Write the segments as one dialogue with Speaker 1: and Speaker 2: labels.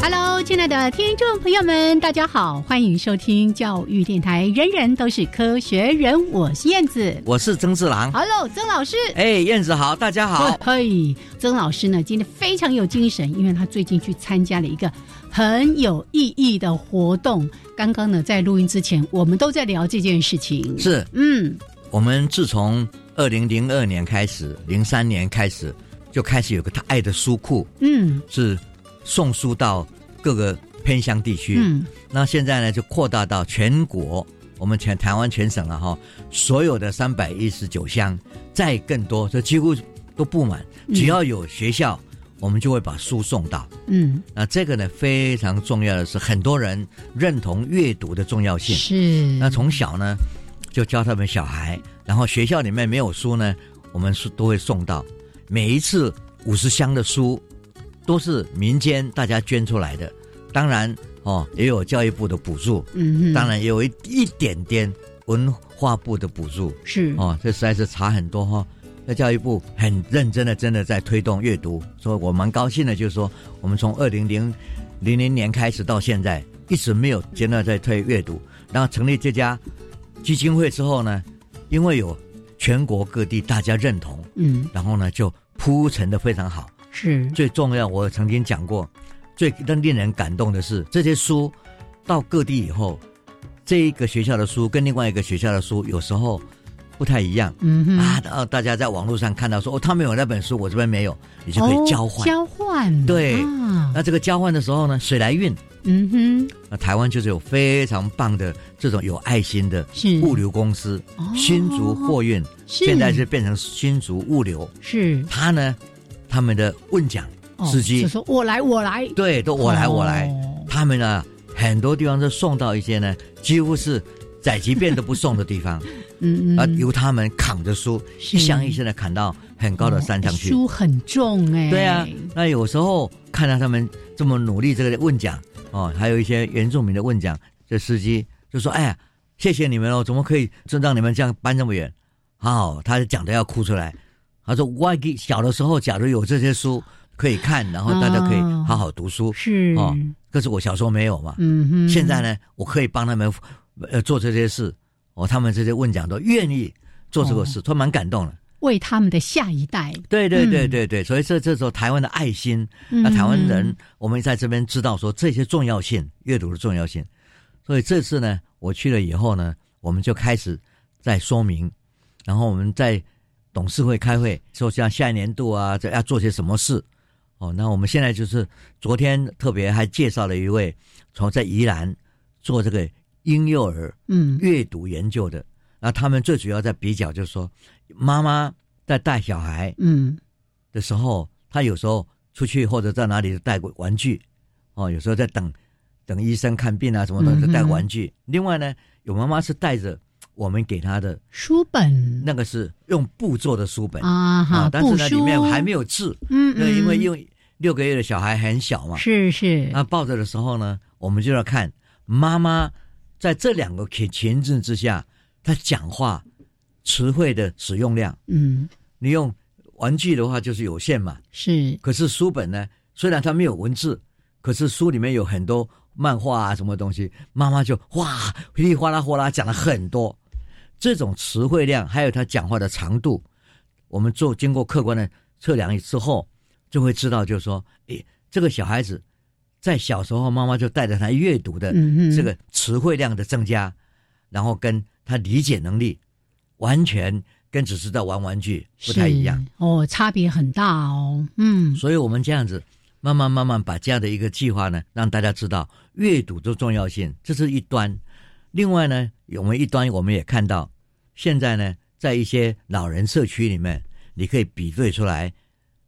Speaker 1: Hello，亲爱的听众朋友们，大家好，欢迎收听教育电台《人人都是科学人》，我是燕子。
Speaker 2: 我是曾志郎。
Speaker 1: Hello，曾老师。
Speaker 2: 哎，燕子好，大家好。
Speaker 1: 嘿，曾老师呢，今天非常有精神，因为他最近去参加了一个很有意义的活动。刚刚呢，在录音之前，我们都在聊这件事情。
Speaker 2: 是
Speaker 1: 嗯，
Speaker 2: 我们自从二零零二年开始，零三年开始就开始有个他爱的书库，
Speaker 1: 嗯
Speaker 2: 是送书到各个偏乡地区。
Speaker 1: 嗯
Speaker 2: 那现在呢，就扩大到全国，我们全台湾全省了哈，所有的三百一十九乡，再更多，这几乎都布满。
Speaker 1: 嗯
Speaker 2: 只要有学校，我们就会把书送到。
Speaker 1: 嗯，
Speaker 2: 那这个呢，非常重要的是，很多人认同阅读的重要性。
Speaker 1: 是。
Speaker 2: 那从小呢，就教他们小孩，然后学校里面没有书呢，我们是都会送到。每一次五十箱的书，都是民间大家捐出来的，当然哦，也有教育部的补助，
Speaker 1: 嗯哼，
Speaker 2: 当然也有一一点点文化部的补助
Speaker 1: 是
Speaker 2: 哦，这实在是差很多哈、哦。那教育部很认真的，真的在推动阅读，所以我蛮高兴的，就是说我们从二零零零零年开始到现在，一直没有间断在推阅读。然后成立这家基金会之后呢，因为有全国各地大家认同，
Speaker 1: 嗯
Speaker 2: 然后呢就铺陈的非常好。
Speaker 1: 是
Speaker 2: 最重要，我曾经讲过，最让令人感动的是，这些书到各地以后，这一个学校的书跟另外一个学校的书有时候不太一样、
Speaker 1: 嗯哼
Speaker 2: 啊。然后大家在网络上看到说，哦，他们有那本书，我这边没有，你就可以交
Speaker 1: 哦
Speaker 2: 换。
Speaker 1: 交换
Speaker 2: 对
Speaker 1: 啊
Speaker 2: 那这个交换的时候呢，水来运，
Speaker 1: 嗯哼
Speaker 2: 那台湾就是有非常棒的这种有爱心的
Speaker 1: 是哦
Speaker 2: 物流公司，新竹货运、
Speaker 1: 是
Speaker 2: 现在是变成新竹物流，
Speaker 1: 是
Speaker 2: 它呢，他们的问奖
Speaker 1: 哦
Speaker 2: 司机
Speaker 1: 就说我来我来
Speaker 2: 对都我来我来。
Speaker 1: 哦
Speaker 2: 他们呢，很多地方都送到一些呢，几乎是载级便都不送的地方，
Speaker 1: 嗯嗯
Speaker 2: 啊，由他们扛着书
Speaker 1: 是哦
Speaker 2: 一箱一箱的扛到很高的山上去。
Speaker 1: 书很重哎、
Speaker 2: 对啊，那有时候看到他们这么努力，这个问奖哦，还有一些原住民的问奖，这司机就说：“哎呀，谢谢你们哦，怎么可以就让你们这样搬这么远？”好、他讲的要哭出来。他说：“我给小的时候，假如有这些书可以看，然后大家可以
Speaker 1: 哦
Speaker 2: 好好读书。
Speaker 1: 是
Speaker 2: 哦可是我小时候没有嘛，
Speaker 1: 嗯哼，
Speaker 2: 现在呢，我可以帮他们呃做这些事，哦，他们这些问讲都愿意做这个
Speaker 1: 哦
Speaker 2: 事，他蛮感动的。
Speaker 1: 为他们的下一代，
Speaker 2: 对对对
Speaker 1: 嗯
Speaker 2: 对对，所以这这时候台湾的爱心，
Speaker 1: 那
Speaker 2: 那台湾
Speaker 1: 嗯
Speaker 2: 人我们在这边知道说这些重要性，阅读的重要性。所以这次呢，我去了以后呢，我们就开始在说明，然后我们在董事会开会，说像下一年度啊，这要做些什么事。哦，那我们现在就是昨天特别还介绍了一位从在宜兰做这个婴幼儿
Speaker 1: 嗯
Speaker 2: 阅读研究的，那他们最主要在比较就是说，妈妈在带小孩
Speaker 1: 嗯
Speaker 2: 的时候，他有时候出去或者在哪里带玩具，哦，有时候在等等医生看病啊什么
Speaker 1: 嗯
Speaker 2: 的，
Speaker 1: 哼
Speaker 2: 就带玩具。另外呢，有妈妈是带着我们给她的
Speaker 1: 书本
Speaker 2: 那个是用布做的书本
Speaker 1: 嗯啊哈，
Speaker 2: 但是呢
Speaker 1: 布
Speaker 2: 里
Speaker 1: 书
Speaker 2: 面还没有字，
Speaker 1: 嗯
Speaker 2: 那因为
Speaker 1: 又
Speaker 2: 用六个月的小孩很小嘛，啊
Speaker 1: 是是
Speaker 2: 那抱着的时候呢，我们就要看妈妈在这两个前前置之下，她讲话词汇的使用量。
Speaker 1: 嗯
Speaker 2: 你用玩具的话就是有限嘛，
Speaker 1: 是
Speaker 2: 可是书本呢，虽然它没有文字，可是书里面有很多漫画啊，什么东西，妈妈就哇噼里哗啦哗啦讲了很多。这种词汇量，还有他讲话的长度，我们做经过客观的测量之后，就会知道，就是说，诶，这个小孩子在小时候，妈妈就带着他阅读的
Speaker 1: 嗯哼
Speaker 2: 呃这个词汇量的增加，然后跟他理解能力完全跟只是在玩玩具不太一样。
Speaker 1: 是哦，差别很大哦。嗯，
Speaker 2: 所以我们这样子慢慢慢慢把这样的一个计划呢，让大家知道阅读的重要性，这是一端。另外呢，我们一端我们也看到，现在呢，在一些老人社区里面，你可以比对出来，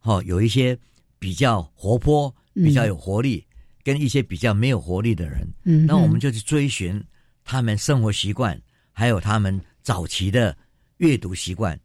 Speaker 2: 哦，有一些比较活泼、
Speaker 1: 嗯
Speaker 2: 比较有活力，跟一些比较没有活力的人，
Speaker 1: 嗯哼，
Speaker 2: 那我们就去追寻他们生活习惯，还有他们早期的阅读习惯，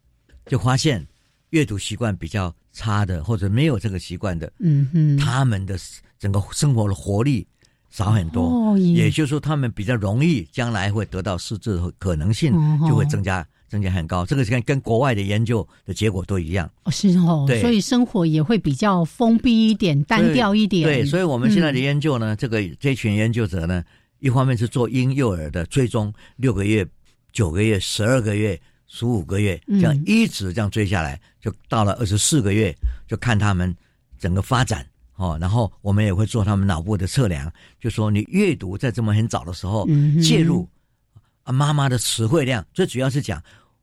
Speaker 2: 就发现阅读习惯比较差的或者没有这个习惯的，
Speaker 1: 嗯哼，
Speaker 2: 他们的整个生活的活力少很多。
Speaker 1: 哦
Speaker 2: 也
Speaker 1: 也
Speaker 2: 就是说，他们比较容易将来会得到失智的可能性
Speaker 1: 哦
Speaker 2: 就会增加，增加很高。这个是跟跟国外的研究的结果都一样。
Speaker 1: 哦是哦，
Speaker 2: 对
Speaker 1: 所以生活也会比较封闭一点、单调一点。
Speaker 2: 对，所以我们现在的
Speaker 1: 嗯
Speaker 2: 研究呢，这个这群研究者呢，一方面是做婴幼儿的追踪，六个月、九个月、十二个月、十五个月，
Speaker 1: 嗯
Speaker 2: 这样一直这样追下来，就到了二十四个月，就看他们整个发展。哦，然后我们也会做他们脑部的测量，就说你阅读在这么很早的时候
Speaker 1: 嗯哼
Speaker 2: 介入啊，妈妈的词汇量，最主要是讲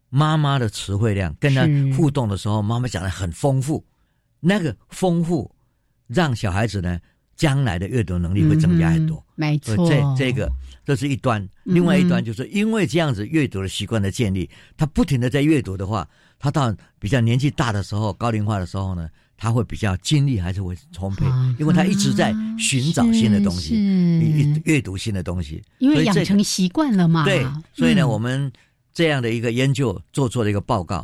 Speaker 2: 妈妈的词汇量，跟她
Speaker 1: 是
Speaker 2: 互动的时候，妈妈讲的很丰富，那个丰富让小孩子呢将来的阅读能力会增加很多。
Speaker 1: 嗯没
Speaker 2: 所
Speaker 1: 错
Speaker 2: 以，这这个这是一端，
Speaker 1: 嗯
Speaker 2: 另外一端就是因为这样子阅读的习惯的建立，他不停的在阅读的话，他到比较年纪大的时候、高龄化的时候呢，他会比较精力还是会充沛
Speaker 1: 啊，
Speaker 2: 因为他一直在寻找新的东
Speaker 1: 是
Speaker 2: 西，
Speaker 1: 是
Speaker 2: 阅阅读新的东西，
Speaker 1: 因
Speaker 2: 所
Speaker 1: 为
Speaker 2: 以
Speaker 1: 养
Speaker 2: 这个
Speaker 1: 成习惯了嘛。
Speaker 2: 对，所以呢，
Speaker 1: 嗯
Speaker 2: 我们这样的一个研究做做了一个报告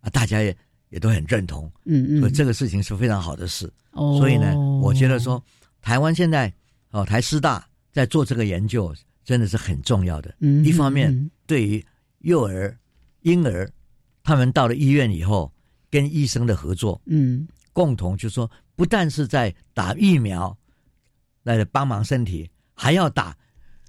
Speaker 2: 啊，大家也也都很认同，
Speaker 1: 嗯
Speaker 2: 所
Speaker 1: 嗯，
Speaker 2: 以这个事情是非常好的事。
Speaker 1: 哦
Speaker 2: 所以呢，我觉得说，台湾现在哦，台师大在做这个研究真的是很重要的。
Speaker 1: 嗯
Speaker 2: 一方面
Speaker 1: 嗯
Speaker 2: 对于幼儿、婴儿，他们到了医院以后，跟医生的合作，
Speaker 1: 嗯
Speaker 2: 共同就是说，不但是在打疫苗来帮忙身体，还要打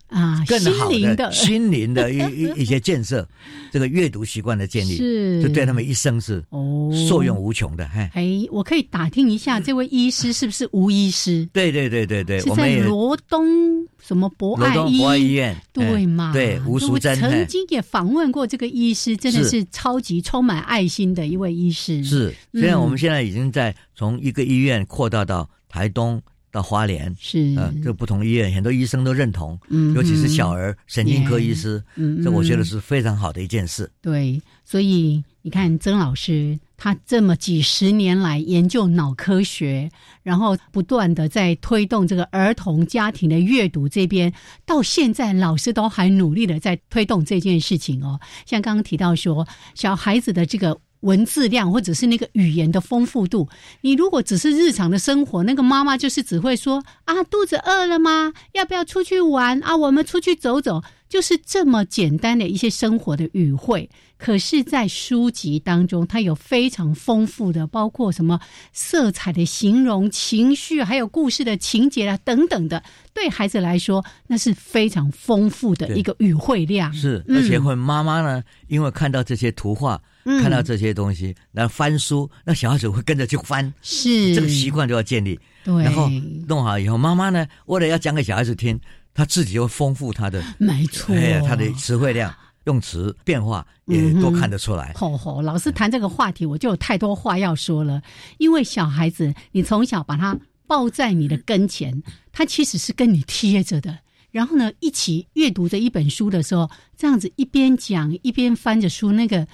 Speaker 1: 啊，
Speaker 2: 更好
Speaker 1: 心灵
Speaker 2: 的心灵 的一一一些建设，这个阅读习惯的建立，
Speaker 1: 是
Speaker 2: 这对他们一生是
Speaker 1: 哦
Speaker 2: 受用。无穷的。嘿，
Speaker 1: 哎，我可以打听一下，这位医师是不是吴医师？
Speaker 2: 对对对对对，
Speaker 1: 是
Speaker 2: 我们
Speaker 1: 在
Speaker 2: 也
Speaker 1: 罗东什么博
Speaker 2: 罗
Speaker 1: 爱
Speaker 2: 东
Speaker 1: 医
Speaker 2: 博爱医院，
Speaker 1: 对
Speaker 2: 嗯
Speaker 1: 嘛？啊
Speaker 2: 对吴淑珍哎
Speaker 1: 我
Speaker 2: 嘿
Speaker 1: 曾经也访问过这个医师，真的是超级充满爱心的一位医师。，
Speaker 2: 是，虽然
Speaker 1: 嗯
Speaker 2: 我们现在已经在从一个医院扩大到台东到花莲，
Speaker 1: 是，
Speaker 2: 呃，这不同医院很多医生都认同，
Speaker 1: 嗯嗯哼
Speaker 2: 尤其是小，儿神经科医师，
Speaker 1: 嗯，
Speaker 2: 这我觉得
Speaker 1: 嗯
Speaker 2: 是非常好的一件事。
Speaker 1: 对。所以你看，曾老师他这么几十年来研究脑科学，然后不断的在推动这个儿童家庭的阅读这边，到现在老师都还努力的在推动这件事情哦。像刚刚提到说，小孩子的这个文字量或者是那个语言的丰富度，你如果只是日常的生活，那个妈妈就是只会说啊，肚子饿了吗？要不要出去玩啊？我们出去走走，就是这么简单的一些生活的语汇。可是，在书籍当中，它有非常丰富的，包括什么色彩的形容、情绪，还有故事的情节啊等等的，对孩子来说，那是非常丰富的
Speaker 2: 对
Speaker 1: 一个语汇量。
Speaker 2: 是，
Speaker 1: 嗯
Speaker 2: 而且会妈妈呢，因为看到这些图画，
Speaker 1: 嗯
Speaker 2: 看到这些东西，然后翻书，那小孩子会跟着去翻，
Speaker 1: 是
Speaker 2: 这个习，惯就要建立。
Speaker 1: 嗯对，
Speaker 2: 然后弄好以后，妈妈呢，为了要讲给小孩子听，她自己会丰富她的
Speaker 1: 没错，嗯
Speaker 2: 哎，他的词汇量、用词变化也都看得出来。
Speaker 1: 吼吼，老师谈这个话题，我就有太多话要说了。因为小孩子，你从小把他抱在你的跟前，他其实是跟你贴着的。然后呢，一起阅读着一本书的时候，这样子一边讲一边翻着书，那个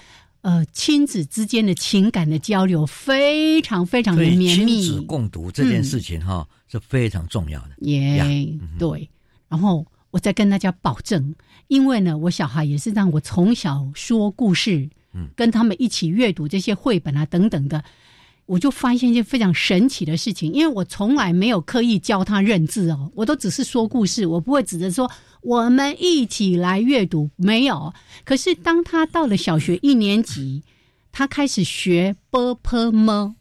Speaker 1: 呃亲子之间的情感的交流非常非常的
Speaker 2: 所以
Speaker 1: 绵
Speaker 2: 亲
Speaker 1: 密。嗯
Speaker 2: 子共读这件事情哈、是非常重要的。
Speaker 1: 耶、
Speaker 2: 呀嗯
Speaker 1: 对。然后我再跟大家保证，因为呢，我小孩也是让我从小说故事，
Speaker 2: 嗯，
Speaker 1: 跟他们一起阅读这些绘本啊等等的，我就发现一件非常神奇的事情，因为我从来没有刻意教他认字哦，我都只是说故事，我不会指着说我们一起来阅读，没有。可是当他到了小学一年级，他开始学 b p m，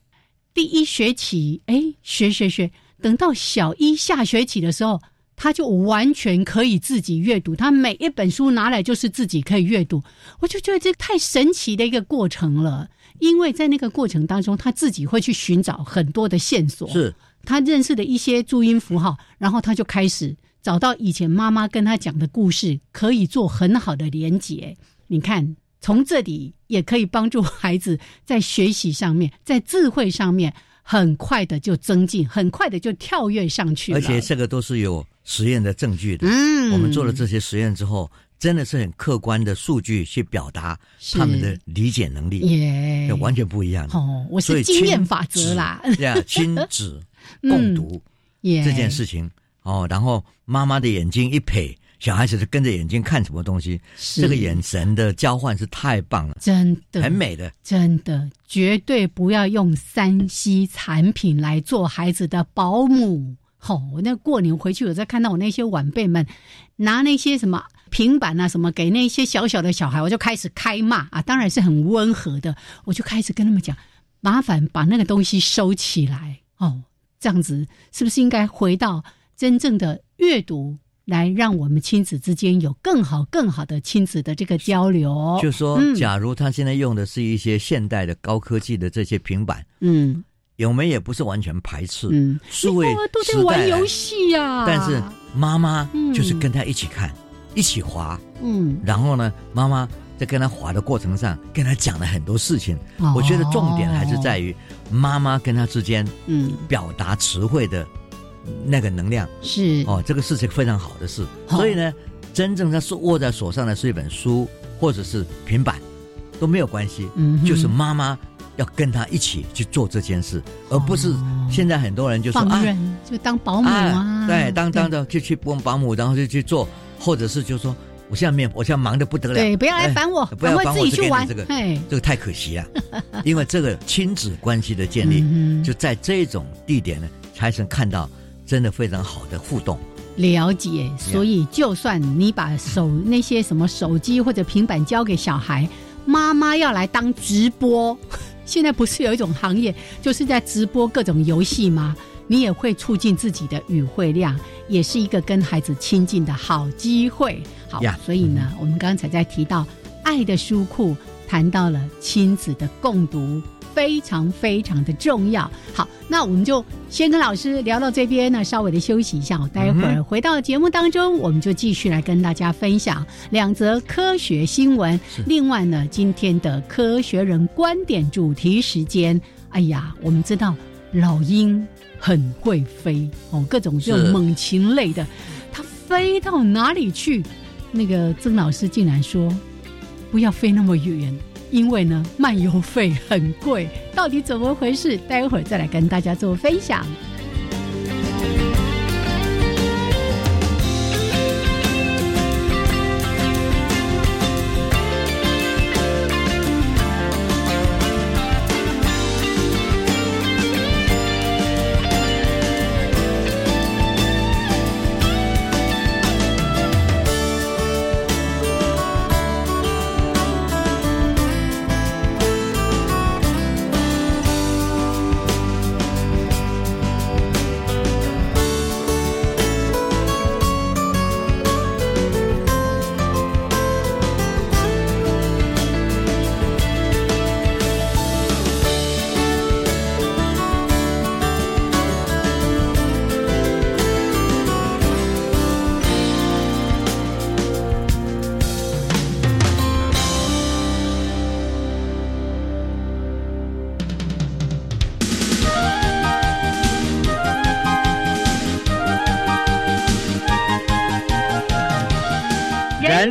Speaker 1: 第一学期，哎，学学学，等到小一下学期的时候，他就完全可以自己阅读，他每一本书拿来就是自己可以阅读，我就觉得这太神奇的一个过程了。因为在那个过程当中，他自己会去寻找很多的线索，
Speaker 2: 是，
Speaker 1: 他认识的一些注音符号，然后他就开始找到以前妈妈跟他讲的故事，可以做很好的连结。你看，从这里也可以帮助孩子在学习上面，在智慧上面，很快的就增进，很快的就跳跃上去了。
Speaker 2: 而且这个都是有实验的证据的。
Speaker 1: 嗯，
Speaker 2: 我们做了这些实验之后，真的是很客观的数据去表达
Speaker 1: 是
Speaker 2: 他们的理解能力，
Speaker 1: 耶
Speaker 2: 就，完全不一样的。
Speaker 1: 哦，我
Speaker 2: 所
Speaker 1: 是
Speaker 2: 以
Speaker 1: 经验
Speaker 2: 亲
Speaker 1: 法则
Speaker 2: 子
Speaker 1: 啦，嗯
Speaker 2: 对啊，亲子 共读
Speaker 1: 耶，
Speaker 2: 这件事情哦，然后妈妈的眼睛一瞥，小孩子就跟着眼睛看什么东西，
Speaker 1: 是
Speaker 2: 这个眼神的交换是太棒了，
Speaker 1: 真的
Speaker 2: 很美的。
Speaker 1: 真的，绝对不要用三 C 产品来做孩子的保姆。吼、我那过年回去，我再看到我那些晚辈们拿那些什么平板啊什么给那些小小的小孩，我就开始开骂啊，当然是很温和的，我就开始跟他们讲，麻烦把那个东西收起来哦，这样子是不是应该回到真正的阅读，来让我们亲子之间有更好更好的亲子的这个交流？
Speaker 2: 就说
Speaker 1: 嗯，
Speaker 2: 假如他现在用的是一些现代的高科技的这些平板，
Speaker 1: 嗯
Speaker 2: 我们也不是完全排斥。
Speaker 1: 嗯。
Speaker 2: 数位
Speaker 1: 你爸爸都在
Speaker 2: 时代
Speaker 1: 玩
Speaker 2: 来
Speaker 1: 游戏呀、
Speaker 2: 但是妈妈
Speaker 1: 嗯
Speaker 2: 就是跟他一起看，一起滑，
Speaker 1: 嗯，
Speaker 2: 然后呢，妈妈在跟他滑的过程上，跟他讲了很多事情。
Speaker 1: 哦
Speaker 2: 我觉得重点还是在于妈妈跟他之间
Speaker 1: 嗯
Speaker 2: 表达词汇的那个能量。
Speaker 1: 是
Speaker 2: 哦，这个是是非常好的事。
Speaker 1: 好
Speaker 2: 所以呢，真正他是握在手上的是一本书或者是平板都没有关系，
Speaker 1: 嗯哼
Speaker 2: 就是妈妈要跟他一起去做这件事，而不是
Speaker 1: 哦
Speaker 2: 现在很多人就说
Speaker 1: 放
Speaker 2: 啊哎
Speaker 1: 任、就当保姆啊，
Speaker 2: 对，当当的就去问保姆，然后就去做，或者是就说我现在没有，我现在忙得不得了，
Speaker 1: 对，不要来烦我，
Speaker 2: 哎不要
Speaker 1: 赶快
Speaker 2: 烦
Speaker 1: 自
Speaker 2: 我，
Speaker 1: 己
Speaker 2: 只给
Speaker 1: 去
Speaker 2: 你
Speaker 1: 玩，哎
Speaker 2: 这个
Speaker 1: 嘿，
Speaker 2: 这个太可 惜了，因为这个亲子关系的建立，
Speaker 1: 嗯哼
Speaker 2: 就在这种地点呢，才能看到真的非常好的互动。
Speaker 1: 了解，所以就算你把手那些什么手机或者平板交给小孩，妈妈要来当直播， 现在不是有一种行业就是在直播各种游戏吗？你也会促进自己的语汇量，也是一个跟孩子亲近的好机会。好
Speaker 2: 呀
Speaker 1: 所以呢，我们刚才在提到爱的书库，谈到了亲子的共读。非常非常的重要。好，那我们就先跟老师聊到这边呢，稍微的休息一下。待会
Speaker 2: 嗯
Speaker 1: 儿回到节目当中，我们就继续来跟大家分享两则科学新闻。另外呢，今天的科学人观点主题时间，哎呀，我们知道老鹰很会飞哦，各种这种
Speaker 2: 是
Speaker 1: 猛禽类的，它飞到哪里去？那个曾老师竟然说不要飞那么远，因为呢漫游费很贵，到底怎么回事？待会儿再来跟大家做分享。
Speaker 2: 人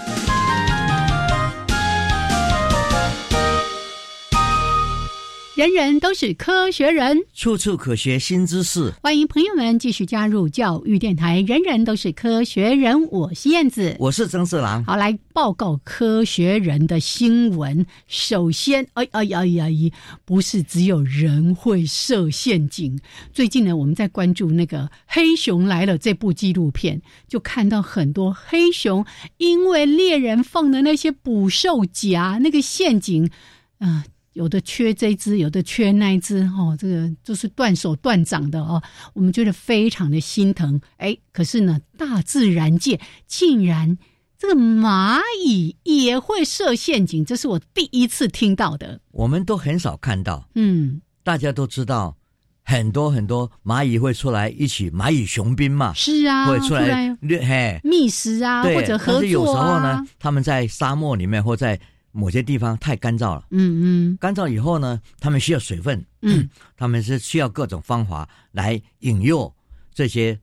Speaker 1: 人人都是科学人，
Speaker 2: 处处可学新知识。
Speaker 1: 欢迎朋友们继续加入教育电台。人人都是科学人，我是燕子。
Speaker 2: 我是曾四郎，
Speaker 1: 好，来报告科学人的新闻。首先，哎哎呀哎呀，哎不是只有人会设陷阱。最近呢，我们在关注那个《黑熊来了》这部纪录片，就看到很多黑熊因为猎人放的那些捕兽夹、那个陷阱，啊、有的缺这一只，有的缺那一只，哦，这个就是断手断掌的哦，我们觉得非常的心疼。哎，可是呢，大自然界竟然这个蚂蚁也会设陷阱，这是我第一次听到的。
Speaker 2: 我们都很少看到，
Speaker 1: 嗯，
Speaker 2: 大家都知道很多很多蚂蚁会出来一起蚂蚁雄兵嘛，
Speaker 1: 是啊，
Speaker 2: 会出来掠嘿，
Speaker 1: 觅食啊，
Speaker 2: 对
Speaker 1: 或者合
Speaker 2: 但
Speaker 1: 作啊。
Speaker 2: 是有时候呢，他们在沙漠里面或在某些地方太干燥了，
Speaker 1: 嗯嗯
Speaker 2: 干燥以后呢，他们需要水分，
Speaker 1: 嗯，
Speaker 2: 他们是需要各种方法来引诱这些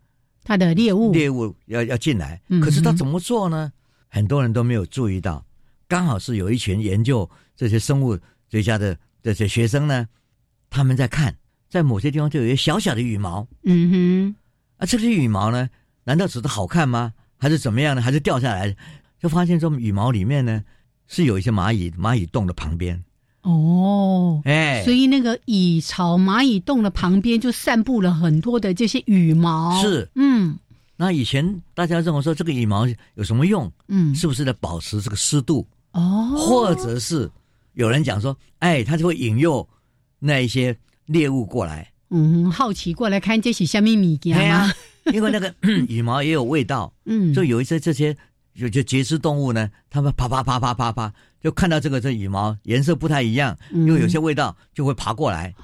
Speaker 1: 它的猎物，
Speaker 2: 猎物要要进来
Speaker 1: 嗯。
Speaker 2: 可是他怎么做呢？很多人都没有注意到，刚好是有一群研究这些生物学家的这些学生呢，他们在看，在某些地方就有一些小小的羽毛
Speaker 1: 嗯
Speaker 2: 啊，这些羽毛呢，难道只是好看吗？还是怎么样呢？还是掉下来？就发现这羽毛里面呢，是有一些蚂蚁蚂蚁洞的旁边，
Speaker 1: 哼，哦。
Speaker 2: 哎，
Speaker 1: 所以那个蚁巢蚂蚁洞的旁边就散布了很多的这些羽毛，
Speaker 2: 是，
Speaker 1: 嗯
Speaker 2: 那以前大家认为说这个羽毛有什么用？
Speaker 1: 嗯，
Speaker 2: 是不是来保持这个湿度？
Speaker 1: 哦，
Speaker 2: 或者是有人讲说，哎，它就会引诱那一些猎物过来。
Speaker 1: 嗯，好奇过来看这是虾米米件
Speaker 2: 哎
Speaker 1: 吗？
Speaker 2: 呀，因为 那个嗯羽毛也有味道，
Speaker 1: 啊嗯，
Speaker 2: 就有一些这些有就节肢动物呢，它们啪啪啪啪啪啪，就看到这个这羽毛颜色不太一样，
Speaker 1: 嗯
Speaker 2: 又有些味道，就会爬过来。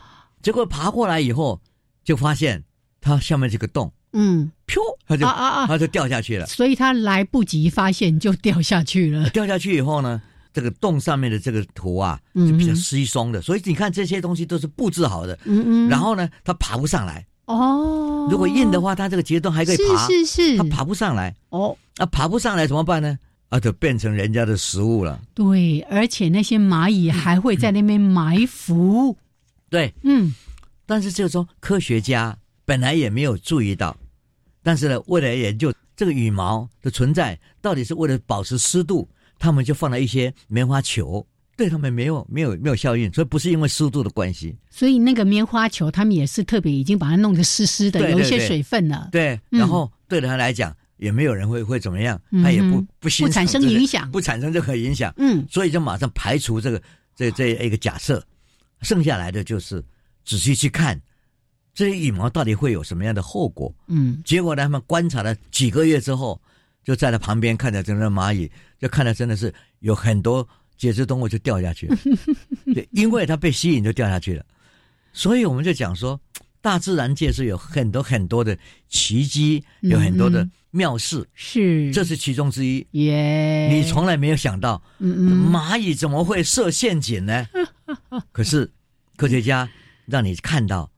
Speaker 2: 结果爬过来以后，就发现它下面这个洞，
Speaker 1: 嗯
Speaker 2: 噗，它就哎
Speaker 1: 啊啊啊，
Speaker 2: 它就掉下去了。
Speaker 1: 所以它来不及发现就掉下去了。
Speaker 2: 掉下去以后呢，这个洞上面的这个土啊，
Speaker 1: 嗯
Speaker 2: 就比较稀松的，所以你看这些东西都是布置好的。
Speaker 1: 嗯嗯，
Speaker 2: 然后呢，它爬不上来。
Speaker 1: 哦，
Speaker 2: 如果硬的话，它这个结冻还可以爬，
Speaker 1: 是是是，
Speaker 2: 它爬不上来。
Speaker 1: 哦，
Speaker 2: 啊，爬不上来怎么办呢？啊，就变成人家的食物了。
Speaker 1: 对，而且那些蚂蚁还会在那边埋伏。
Speaker 2: 对，
Speaker 1: 嗯
Speaker 2: 但是就是说，科学家本来也没有注意到，但是呢，为了研究这个羽毛的存在，到底是为了保持湿度，他们就放了一些棉花球，对他们没有没有没有效应，所以不是因为湿度的关系。
Speaker 1: 所以那个棉花球，他们也是特别已经把它弄得湿湿的，
Speaker 2: 对
Speaker 1: 有一
Speaker 2: 对
Speaker 1: 些
Speaker 2: 对
Speaker 1: 水分了，
Speaker 2: 对，
Speaker 1: 嗯
Speaker 2: 然后对他来讲，也没有人会会怎么样，
Speaker 1: 嗯哼
Speaker 2: 他也不不欣
Speaker 1: 不
Speaker 2: 赏
Speaker 1: 产生
Speaker 2: 这个
Speaker 1: 影响。
Speaker 2: 不产生任何影响，
Speaker 1: 嗯
Speaker 2: 所以就马上排除这个这这一个假设，剩下来的就是仔细去看这些羽毛到底会有什么样的后果。
Speaker 1: 嗯，
Speaker 2: 结果呢，他们观察了几个月之后，就在他旁边看着这个蚂蚁，就看着真的是有很多节肢动物就掉下去了，对，因为它被吸引就掉下去了。所以我们就讲说，大自然界是有很多很多的奇迹，
Speaker 1: 嗯
Speaker 2: 有很多的
Speaker 1: 嗯
Speaker 2: 妙事，
Speaker 1: 是，
Speaker 2: 这是其中之一。
Speaker 1: 耶，
Speaker 2: 你从来没有想到
Speaker 1: 嗯嗯
Speaker 2: 蚂蚁怎么会设陷 阱呢？可是科学家让你看到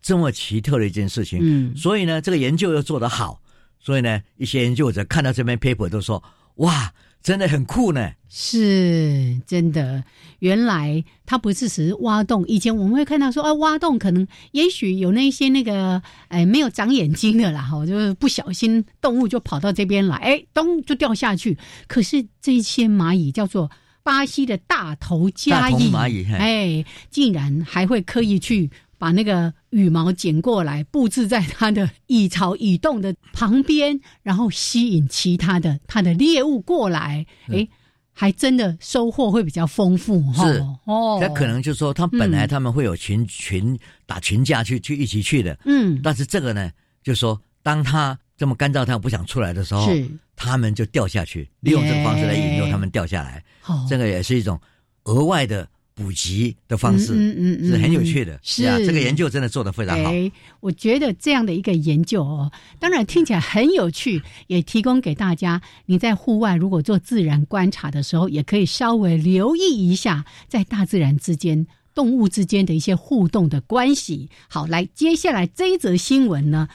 Speaker 2: 这么奇特的一件事情，
Speaker 1: 嗯，
Speaker 2: 所以呢，这个研究又做得好，所以呢，一些研究者看到这
Speaker 1: 嗯
Speaker 2: 篇 paper 都说：“哇，真的很酷呢
Speaker 1: 是真的。原来它不是只是挖洞，以前我们会看到说，啊，挖洞可能也许有那些那个，哎，没有长眼睛的啦，哈，就是不小心动物就跑到这边来，哎， 咚就掉下去。可是这些蚂蚁叫做。巴西的大头
Speaker 2: 大
Speaker 1: 加
Speaker 2: 头
Speaker 1: 蚁，
Speaker 2: 蚂蚁嘿
Speaker 1: 哎，竟然还会刻意去把那个羽毛剪过来，布置在它的蚁巢、蚁洞的旁边，然后吸引其他的它的猎物过来。
Speaker 2: 嗯
Speaker 1: 哎、还真的收获会比较丰富哈。
Speaker 2: 是
Speaker 1: 哦！”，
Speaker 2: 那可能就是说，他本来
Speaker 1: 嗯
Speaker 2: 他们会有群、群打群架去去一起去的，
Speaker 1: 嗯，
Speaker 2: 但是这个呢，就说当他这么干燥，他不想出来的时候，
Speaker 1: 是
Speaker 2: 他们就掉下去，利用这个方式来引诱他们掉下来。
Speaker 1: 好，
Speaker 2: 这
Speaker 1: 个
Speaker 2: 个也是一种额外的补给的方式，
Speaker 1: 嗯
Speaker 2: 是很有趣的。
Speaker 1: 是
Speaker 2: 对啊，这个研究真的做得非常好。
Speaker 1: 哎，我觉得这样的一个研究哦，当然听起来很有趣，也提供给大家。你在户外如果做自然观察的时候，也可以稍微留意一下在大自然之间。动物之间的一些互动的关系。好，来，接下来这一则新闻呢，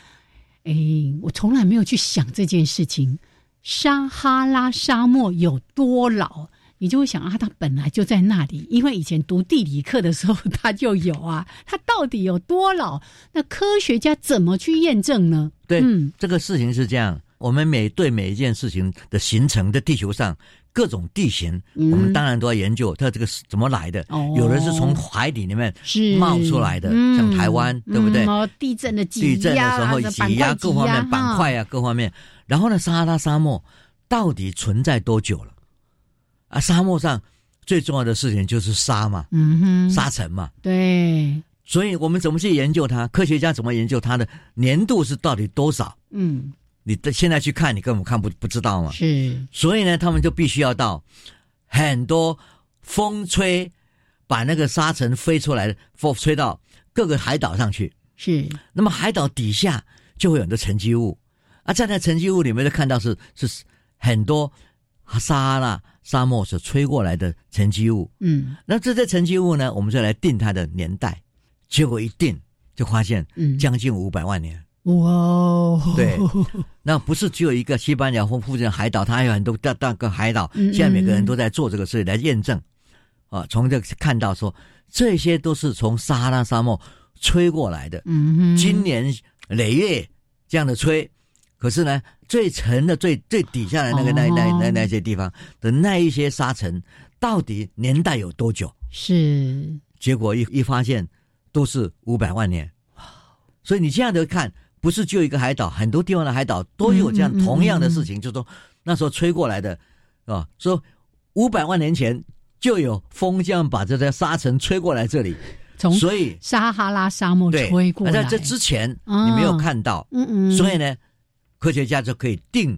Speaker 1: 哎，我从来没有去想这件事情。撒哈拉沙漠有多老？你就会想啊，它本来就在那里，因为以前读地理课的时候它就有啊，它到底有多老？那科学家怎么去验证呢？
Speaker 2: 对，
Speaker 1: 嗯
Speaker 2: 这个事情是这样，我们每对每一件事情的形成的地球上各种地形，
Speaker 1: 嗯
Speaker 2: 我们当然都要研究它这个是怎么来的。
Speaker 1: 哦
Speaker 2: 有的是从海底里面
Speaker 1: 是
Speaker 2: 冒出来的，
Speaker 1: 嗯
Speaker 2: 像台湾，对不对？
Speaker 1: 嗯哦，地震的挤
Speaker 2: 地震的
Speaker 1: 压
Speaker 2: 时候
Speaker 1: 啊
Speaker 2: 挤压各方面板，
Speaker 1: 哈
Speaker 2: 块啊各方面，然后呢，撒哈拉沙漠到底存在多久了？啊，沙漠上最重要的事情就是沙嘛，
Speaker 1: 嗯哼，
Speaker 2: 沙尘嘛，
Speaker 1: 对，
Speaker 2: 所以我们怎么去研究它？科学家怎么研究它的年度是到底多少？
Speaker 1: 嗯
Speaker 2: 你的现在去看，你根本看不不知道嘛。
Speaker 1: 是
Speaker 2: 所以呢，他们就必须要到很多风吹，把那个沙尘飞出来的风吹到各个海岛上去。
Speaker 1: 是
Speaker 2: 那么海岛底下就会有很多沉积物，啊，在那沉积物里面就看到是是很多撒哈拉沙漠所吹过来的沉积物。
Speaker 1: 嗯
Speaker 2: 那这些沉积物呢，我们就来定它的年代，结果一定就发现
Speaker 1: 嗯，
Speaker 2: 将近五百万年。
Speaker 1: 哇哦，
Speaker 2: 对，那不是只有一个西班牙或附近的海岛，它还有很多大大个海岛，
Speaker 1: 嗯嗯
Speaker 2: 现在每个人都在做这个事来验证，啊，从这个看到说这些都是从撒哈拉沙漠吹过来的，
Speaker 1: 嗯哼，
Speaker 2: 今年累月这样的吹，可是呢，最沉的最最底下的那个那那
Speaker 1: 哦
Speaker 2: 那那些地方的那一些沙尘，到底年代有多久？
Speaker 1: 是
Speaker 2: 结果一一发现都是五百万年。所以你这样的看，不是只有一个海岛，很多地方的海岛都有这样
Speaker 1: 嗯嗯嗯
Speaker 2: 同样的事情，就是说那时候吹过来的啊，说五百万年前就有风这样把这些沙尘吹过来这里，
Speaker 1: 从
Speaker 2: 所以
Speaker 1: 撒哈拉沙漠
Speaker 2: 对
Speaker 1: 吹，过
Speaker 2: 而
Speaker 1: 来，
Speaker 2: 在这之前
Speaker 1: 哦
Speaker 2: 你没有看到，
Speaker 1: 嗯嗯，
Speaker 2: 所以呢，科学家就可以定，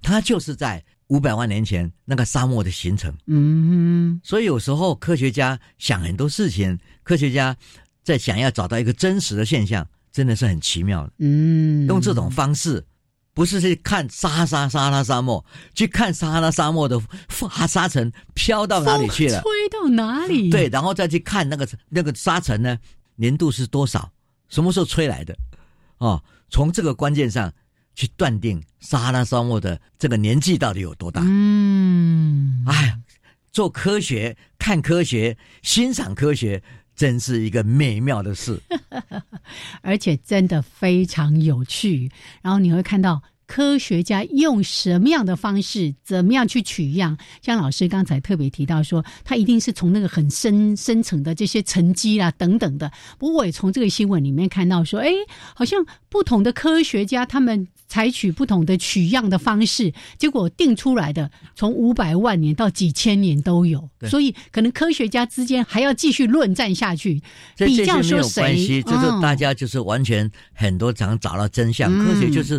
Speaker 2: 它就是在五百万年前那个沙漠的形成。
Speaker 1: 嗯
Speaker 2: 所以有时候科学家想很多事情，科学家在想要找到一个真实的现象，真的是很奇妙的。
Speaker 1: 嗯，
Speaker 2: 用这种方式，不是去看沙沙沙拉沙漠，去看沙拉沙漠的沙沙尘飘到哪里去了
Speaker 1: 风，吹到哪里？
Speaker 2: 对，，然后再去看那个那个沙尘呢，粘度是多少，什么时候吹来的，哦，从这个关键上去断定撒哈拉沙漠的这个年纪到底有多大。
Speaker 1: 嗯，
Speaker 2: 哎呀，做科学、看科学、欣赏科学，真是一个美妙的事。
Speaker 1: 而且真的非常有趣。然后你会看到科学家用什么样的方式，怎么样去取样。像老师刚才特别提到说，他一定是从那个很深深层的这些沉积啦、等等的。不过我也从这个新闻里面看到说，哎，好像不同的科学家他们采取不同的取样的方式，结果定出来的从五百万年到几千年都有。
Speaker 2: 对
Speaker 1: 所以可能科学家之间还要继续论战下去，
Speaker 2: 这
Speaker 1: 比
Speaker 2: 这些
Speaker 1: 较
Speaker 2: 没
Speaker 1: 说
Speaker 2: 有关
Speaker 1: 谁
Speaker 2: 系，这就
Speaker 1: 嗯
Speaker 2: 大家就是完全很多想找到真相，
Speaker 1: 嗯
Speaker 2: 科学就是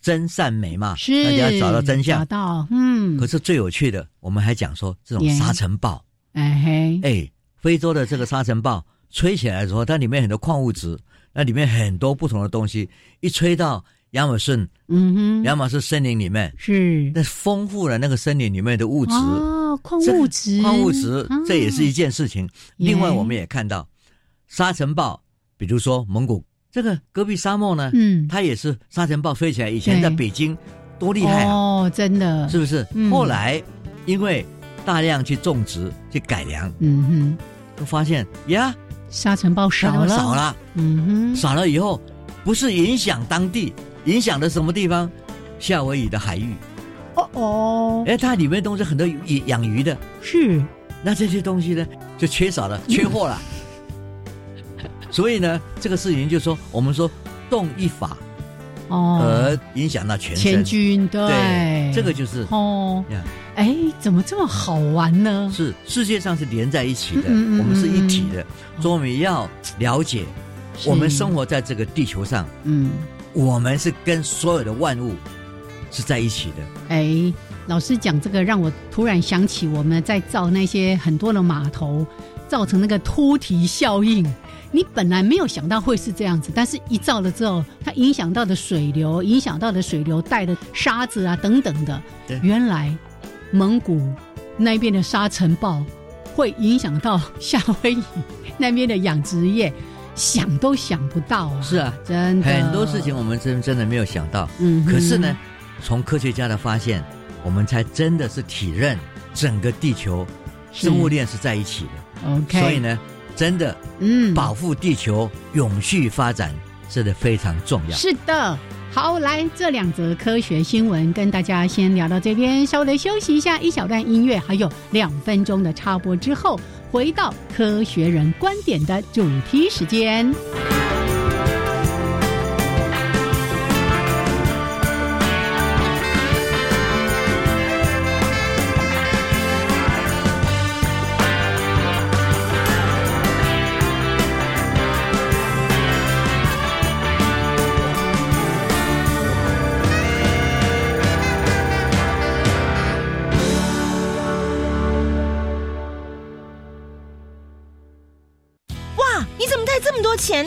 Speaker 2: 真善美嘛，
Speaker 1: 是
Speaker 2: 大家找到真
Speaker 1: 找
Speaker 2: 相。
Speaker 1: 到嗯，
Speaker 2: 可是最有趣的，我们还讲说这种
Speaker 1: 耶
Speaker 2: 沙尘暴，
Speaker 1: 哎嘿，
Speaker 2: 哎，非洲的这个沙尘暴吹起来的时候，它里面很多矿物质，那里面很多不同的东西，一吹到亚马逊
Speaker 1: 嗯哼，
Speaker 2: 亚马逊森林里面，
Speaker 1: 是
Speaker 2: 那丰富了那个森林里面的物质，
Speaker 1: 哦，矿
Speaker 2: 这个
Speaker 1: 物质，
Speaker 2: 矿物质
Speaker 1: 啊，
Speaker 2: 这也是一件事情。另外，
Speaker 1: 耶
Speaker 2: 我们也看到沙尘暴，比如说蒙古这个戈壁沙漠呢，
Speaker 1: 嗯，
Speaker 2: 它也是沙尘暴飞起来。以前
Speaker 1: 对
Speaker 2: 在北京多厉害啊，
Speaker 1: 哦，真的
Speaker 2: 是，不是
Speaker 1: 嗯？
Speaker 2: 后来因为大量去种植、去改良，
Speaker 1: 嗯哼，
Speaker 2: 都发现呀，
Speaker 1: 沙尘暴
Speaker 2: 沙尘
Speaker 1: 少
Speaker 2: 暴
Speaker 1: 了，
Speaker 2: 少，了，
Speaker 1: 嗯哼，
Speaker 2: 少了以后，不是影响当地，影响的什么地方？夏威夷的海域，
Speaker 1: 哦哦，
Speaker 2: 哎，它里面都是很多鱼养鱼的，
Speaker 1: 是，
Speaker 2: 那这些东西呢，就缺 少了，缺货了。所以呢，这个事情就说，我们说动一法
Speaker 1: 哦，
Speaker 2: 而影响到全身，
Speaker 1: 千军，对
Speaker 2: 对，，这个就是
Speaker 1: 哦
Speaker 2: 呀，
Speaker 1: 哎，怎么这么好玩呢？
Speaker 2: 是世界上是连在一起的，
Speaker 1: 嗯嗯嗯
Speaker 2: 我们是一体的，所以我们要了解，我们生
Speaker 1: 活，
Speaker 2: 活在这个地球上，
Speaker 1: 嗯，
Speaker 2: 我们是跟所有的万物是在一起的，
Speaker 1: 哎，老师讲这个，让我突然想起我们在造那些很多的码头，造成那个凸体效应。你本来没有想到会是这样子，但是一造了之后，它影响到的水流，影响到的水流带的沙子啊等等的
Speaker 2: 对，
Speaker 1: 原来蒙古那边的沙尘暴会影响到夏威夷那边的养殖业，想都想不到啊！
Speaker 2: 是啊，
Speaker 1: 真的
Speaker 2: 很多事情，我们真真的没有想到。
Speaker 1: 嗯哼，
Speaker 2: 可是呢，从科学家的发现，我们才真的是体认整个地球
Speaker 1: 是
Speaker 2: 生物链是在一起的。
Speaker 1: ，OK，
Speaker 2: 所以，呢，真的
Speaker 1: 嗯，
Speaker 2: 保护地球、永续发展真的非常重要。
Speaker 1: 是的，好，来这两则科学新闻跟大家先聊到这边，稍微休息一下，一小段音乐，还有两分钟的插播之后，回到科学人观点的主题时间。
Speaker 3: 「啊你怎么带这么多钱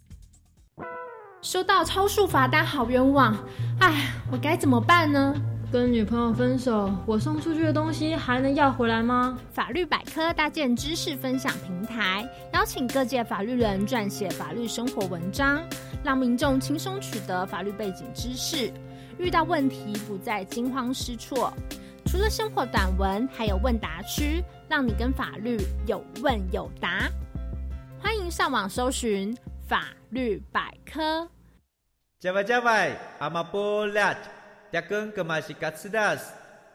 Speaker 4: 收到超速罚单，好冤枉！哎，我该怎么办呢？跟女朋友分手，我送出去的东西还能要回来吗？
Speaker 5: 法律百科搭建知识分享平台，邀请各界法律人撰写法律生活文章，让民众轻松取得法律背景知识，遇到问题不再惊慌失措。除了生活短文，还有问答区，让你跟法律有问有答。欢迎上网搜寻法律百科。
Speaker 6: Java Java, Amapolat, Dakun Kamashikatsidas,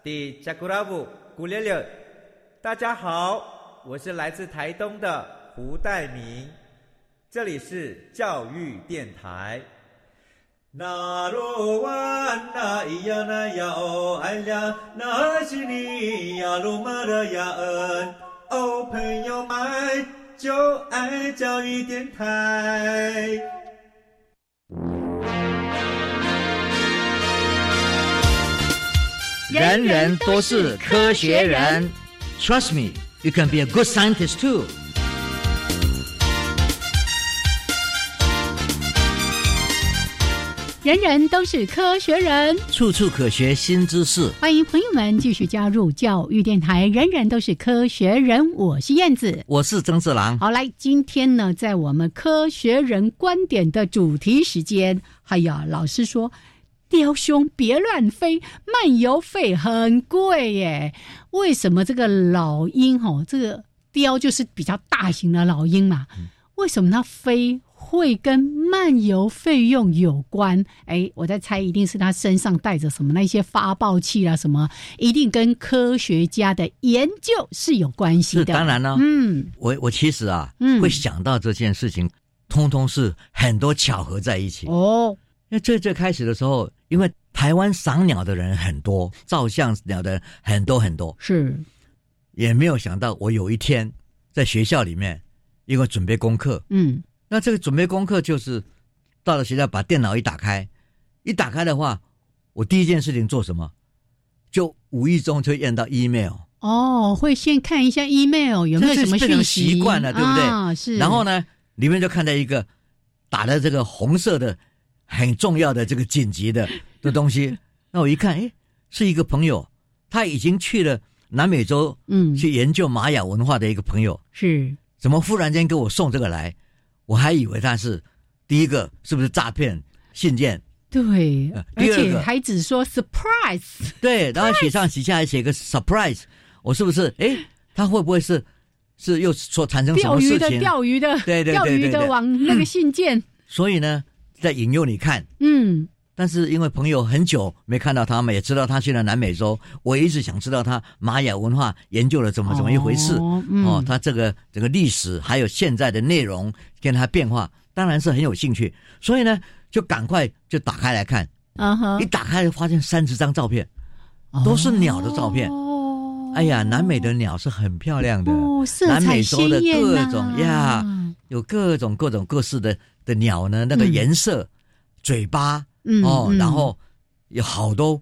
Speaker 6: Di Jakuravu, Gulele。大家好，我是来自台东的胡代明，这里是教育电台。那罗哇那咿呀那呀哦哎呀，那是你呀鲁玛的呀恩哦，朋友们就爱教育电台。
Speaker 2: 人人都是科学人。Trust me, you can be a good scientist too.
Speaker 1: 人人都是科学人。
Speaker 2: 处处可学新知识。
Speaker 1: 欢迎朋友们继续加入教育电台，人人都是科学人，我是燕子。
Speaker 2: 我是曾志郎。
Speaker 1: 好，来，今天呢，在我们科学人观点的主题时间，哎呀，老师说，雕兄别乱飞，漫游费很贵耶。为什么这个老鹰哦，这个雕就是比较大型的老鹰嘛，
Speaker 2: 嗯
Speaker 1: 为什么它飞会跟漫游费用有关？哎，我在猜，一定是它身上带着什么那一些发报器啊，什么，一定跟科学家的研究是有关系
Speaker 2: 是
Speaker 1: 的。
Speaker 2: 当然了、啊
Speaker 1: 嗯。
Speaker 2: 我我其实啊，
Speaker 1: 嗯
Speaker 2: 会想到这件事情，通通是很多巧合在一起。
Speaker 1: 哦，
Speaker 2: 那最最开始的时候，因为台湾赏鸟的人很多，照相鸟的人很多很多，
Speaker 1: 是，
Speaker 2: 也没有想到我有一天在学校里面，因为准备功课，
Speaker 1: 嗯，
Speaker 2: 那这个准备功课就是到了学校把电脑一打开，一打开的话，我第一件事情做什么？就无意中就验到 email，
Speaker 1: 哦，会先看一下 email 有没有
Speaker 2: 这
Speaker 1: 什么
Speaker 2: 这变
Speaker 1: 讯
Speaker 2: 成
Speaker 1: 息，
Speaker 2: 习惯了，对不对？
Speaker 1: 啊、是。
Speaker 2: 然后？呢，里面就看到一个打的这个红色的很重要的这个紧急的的 东西。那我一看，哎，是一个朋友，他已经去了南美洲
Speaker 1: 嗯，
Speaker 2: 去研究玛雅文化的一个朋友，
Speaker 1: 是，
Speaker 2: 怎么忽然间给我送这个来？我还以为他是第一个是不是诈骗 信件？
Speaker 1: 对
Speaker 2: 呃，
Speaker 1: 而
Speaker 2: 第二
Speaker 1: 且
Speaker 2: 个
Speaker 1: 还只说 surprise，
Speaker 2: 对，然后写上写下来写个 surprise，我是不是？哎，他会不会是是又说产生什
Speaker 1: 钓
Speaker 2: 么
Speaker 1: 鱼
Speaker 2: 事
Speaker 1: 的
Speaker 2: 情？
Speaker 1: 钓鱼的，
Speaker 2: 对对对
Speaker 1: 钓鱼
Speaker 2: 对
Speaker 1: 的
Speaker 2: 对
Speaker 1: 往那个信件，
Speaker 2: 所以呢，在引诱你看。
Speaker 1: 嗯，
Speaker 2: 但是因为朋友很久没看到他们，也知道他去了南美洲，我一直想知道他玛雅文化研究了怎么怎么一回事。哦
Speaker 1: 哦，嗯、
Speaker 2: 他这个这个历史还有现在的内容跟他变化，当然是很有兴趣。所以呢，就赶快就打开来看，
Speaker 1: 嗯哼
Speaker 2: 一，打开就发现三十张照片，都是鸟的照片。
Speaker 1: 哦，
Speaker 2: 哎呀，南美的鸟是很漂亮的，
Speaker 1: 哦，色
Speaker 2: 南
Speaker 1: 彩
Speaker 2: 美洲的
Speaker 1: 鲜艳、
Speaker 2: 各
Speaker 1: 啊、
Speaker 2: 种呀，有各种各种各式的的鸟呢，那个
Speaker 1: 嗯
Speaker 2: 颜色、嘴巴。
Speaker 1: 嗯，
Speaker 2: 哦，
Speaker 1: 嗯
Speaker 2: 然后有好多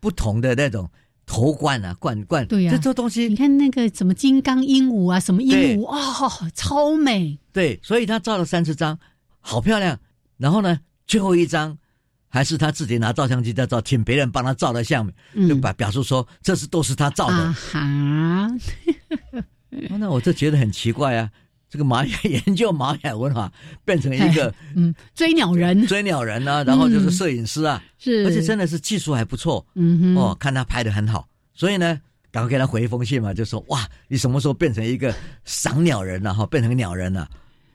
Speaker 2: 不同的那种头冠啊、冠冠，
Speaker 1: 对呀
Speaker 2: 这这东
Speaker 1: 你
Speaker 2: 西
Speaker 1: 看那个什么金刚鹦鹉啊，什么鹦
Speaker 2: 对
Speaker 1: 鹉哦，超美，
Speaker 2: 对，所以他照了三十张，好漂亮。然后呢，最后一张还是他自己拿照相机在照，请别人帮他照的相，
Speaker 1: 嗯，
Speaker 2: 就把表示说这
Speaker 1: 啊
Speaker 2: 是都是他照的。哦
Speaker 1: 啊哈，
Speaker 2: 那我就觉得很奇怪啊，这个玛雅研究玛雅文化变成一个
Speaker 1: 嗯追鸟人，
Speaker 2: 追鸟人啊，然后就是摄影师啊，
Speaker 1: 是，
Speaker 2: 而且真的是技术还不错，
Speaker 1: 嗯哼
Speaker 2: 哦，看他拍的很好，所以呢，赶快给他回一封信嘛，就说哇，你什么时候变成一个赏鸟人啊了、哈，变成鸟人了、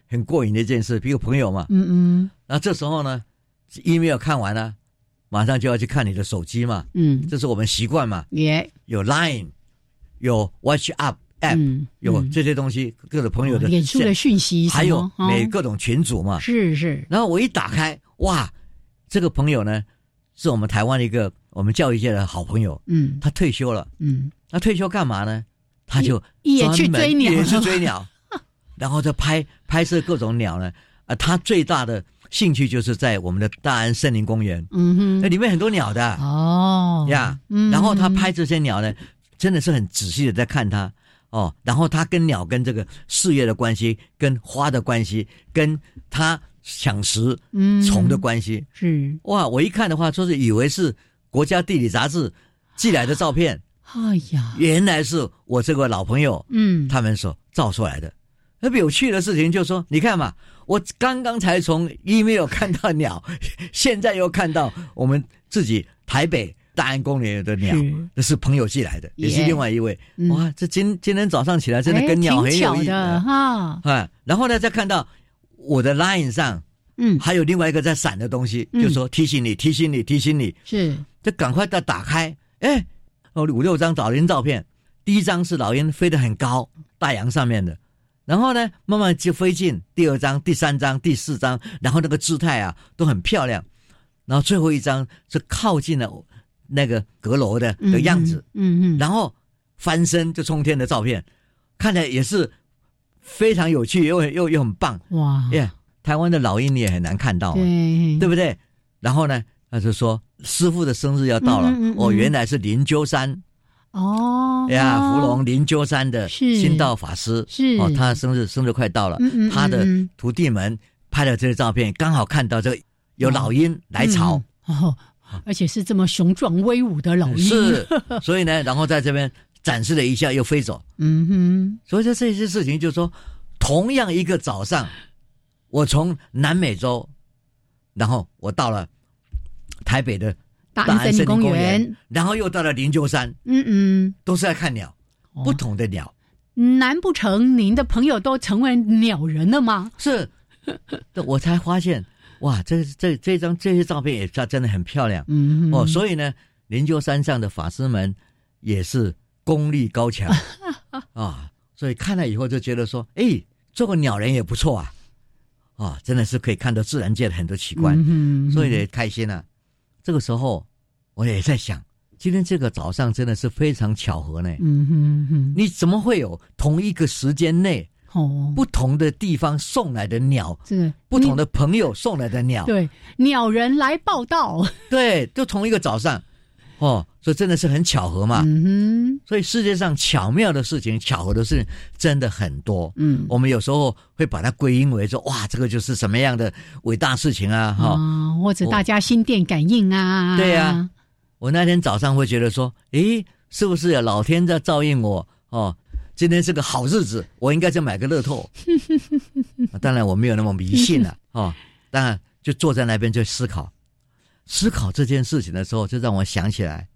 Speaker 2: 很过瘾的一件事，一个朋友嘛。
Speaker 1: 嗯嗯
Speaker 2: 那这时候呢，email 看完了，马上就要去看你的手机嘛，
Speaker 1: 嗯，
Speaker 2: 这是我们习惯嘛，
Speaker 1: 也
Speaker 2: 有 Line，有 WhatsApp app，、
Speaker 1: 嗯
Speaker 2: 哎有
Speaker 1: 嗯哦
Speaker 2: 这些东西，各种朋友的
Speaker 1: 脸书的讯息什么，
Speaker 2: 还有
Speaker 1: 哦
Speaker 2: 每各种群组嘛。
Speaker 1: 是是，
Speaker 2: 然后我一打开，哇，这个朋友呢，是我们台湾的一个我们教育界的好朋友，
Speaker 1: 嗯
Speaker 2: 他退休了。
Speaker 1: 嗯，
Speaker 2: 那退休干嘛呢？他就
Speaker 1: 也也去
Speaker 2: 专门
Speaker 1: 追鸟
Speaker 2: 也去追鸟， 然后再拍拍摄各种鸟呢。啊，他最大的兴趣就是在我们的大安森林公园，
Speaker 1: 嗯
Speaker 2: 那
Speaker 1: 哼，
Speaker 2: 里面很多鸟的
Speaker 1: 哦
Speaker 2: 哎呀。
Speaker 1: 嗯
Speaker 2: 然后他拍这些鸟呢，真的是很仔细的在看它哦。然后他跟鸟跟这个事业的关系，跟花的关系，跟他抢食
Speaker 1: 嗯
Speaker 2: 虫的关系，
Speaker 1: 是，
Speaker 2: 哇！我一看的话，就是以为是国家地理杂志寄来的照片，
Speaker 1: 哎呀，
Speaker 2: 原来是我这个老朋友
Speaker 1: 嗯，
Speaker 2: 他们所造出来的。特别有趣的事情就是说，你看嘛，我刚刚才从 email 看到鸟， 现在又看到我们自己台北大安公园的鸟
Speaker 1: 是，
Speaker 2: 这是朋友寄来的，也是
Speaker 1: 耶
Speaker 2: 另外一位。
Speaker 1: 嗯
Speaker 2: 哇，这今今天早上起来真的
Speaker 1: 哎
Speaker 2: 跟鸟很
Speaker 1: 挺
Speaker 2: 有
Speaker 1: 巧
Speaker 2: 意 思
Speaker 1: 的哈，
Speaker 2: 哎，然后呢，再看到我的 line 上
Speaker 1: 嗯，
Speaker 2: 还有另外一个在闪的东西，
Speaker 1: 嗯
Speaker 2: 就说提醒你，提醒你，提醒你，
Speaker 1: 是，
Speaker 2: 就赶快再打开，哎，哦，五六张老鹰照片，第一张是老鹰飞得很高，大洋上面的，然后呢，慢慢就飞进第二张、第三张、第四张，然后那个姿态啊都很漂亮，然后最后一张是靠近了那个阁楼的
Speaker 1: 嗯
Speaker 2: 的样子，，
Speaker 1: 嗯嗯，
Speaker 2: 然后翻身就冲天的照片，看起来也是非常有趣，又又又很棒，
Speaker 1: 嗯哇，
Speaker 2: 耶、台湾的老鹰你也很难看到、啊，
Speaker 1: 对
Speaker 2: 哎对不对？然后呢，他就说师傅的生日要到了，
Speaker 1: 嗯嗯嗯嗯
Speaker 2: 哦，原来是灵鹫山、
Speaker 1: 哦，
Speaker 2: 哎呀，芙蓉灵鹫山的
Speaker 1: 是
Speaker 2: 新道法师
Speaker 1: 是
Speaker 2: 哦，他生日生日快到了，
Speaker 1: 嗯嗯嗯
Speaker 2: 他的
Speaker 1: 嗯
Speaker 2: 徒弟们拍了这些照片，刚好看到这个有老鹰来朝，
Speaker 1: 嗯哦，而且是这么雄壮威武嗯的老鹰，
Speaker 2: 是，所以呢，然后在这边展示了一下又飞走，
Speaker 1: 嗯哼，
Speaker 2: 所以说这些事情就是说，同样一个早上，我从南美洲，然后我到了台北的
Speaker 1: 大安森林公园，
Speaker 2: 然后又到了灵鹫山，
Speaker 1: 嗯嗯，
Speaker 2: 都是在看鸟，
Speaker 1: 哦
Speaker 2: 不同的鸟
Speaker 1: 难不成您的朋友都成为鸟人了吗？
Speaker 2: 是，我才发现哇，这这这张这些照片也真真的很漂亮、
Speaker 1: 嗯哼
Speaker 2: 哦。所以呢，灵鹫山上的法师们也是功力 高强啊、所以看了以后就觉得说，哎，做个鸟人也不错啊，啊、真的是可以看到自然界的很多奇观。
Speaker 1: 嗯哼
Speaker 2: 所以也开心了、这个时候，我也在想，今天这个早上真的是非常巧合呢。
Speaker 1: 嗯哼嗯
Speaker 2: 你怎么会有同一个时间内
Speaker 1: 哼，哦，
Speaker 2: 不同的地方送来的鸟，
Speaker 1: 是
Speaker 2: 不同
Speaker 1: 的
Speaker 2: 的朋友送来的鸟？
Speaker 1: 对鸟人来报道，
Speaker 2: 对，就同一个早上，哦，所以真的是很巧合嘛。
Speaker 1: 嗯
Speaker 2: 所以世界上巧妙的事情、巧合的事情真的很多
Speaker 1: 哼，。嗯，
Speaker 2: 我们有时候会把它归因为说，哇，这个就是什么样的伟大事情啊！哈、
Speaker 1: 啊，或者大家心电感应啊，
Speaker 2: 对呀，我那天早上会觉得说，诶，是不是有老天在照应我哦？今天是个好日子，我应该去买个 乐透。啊当然我没有那么迷信了、哦，当然就坐在那边就思考，思考这件事情的时候，就让我想起来，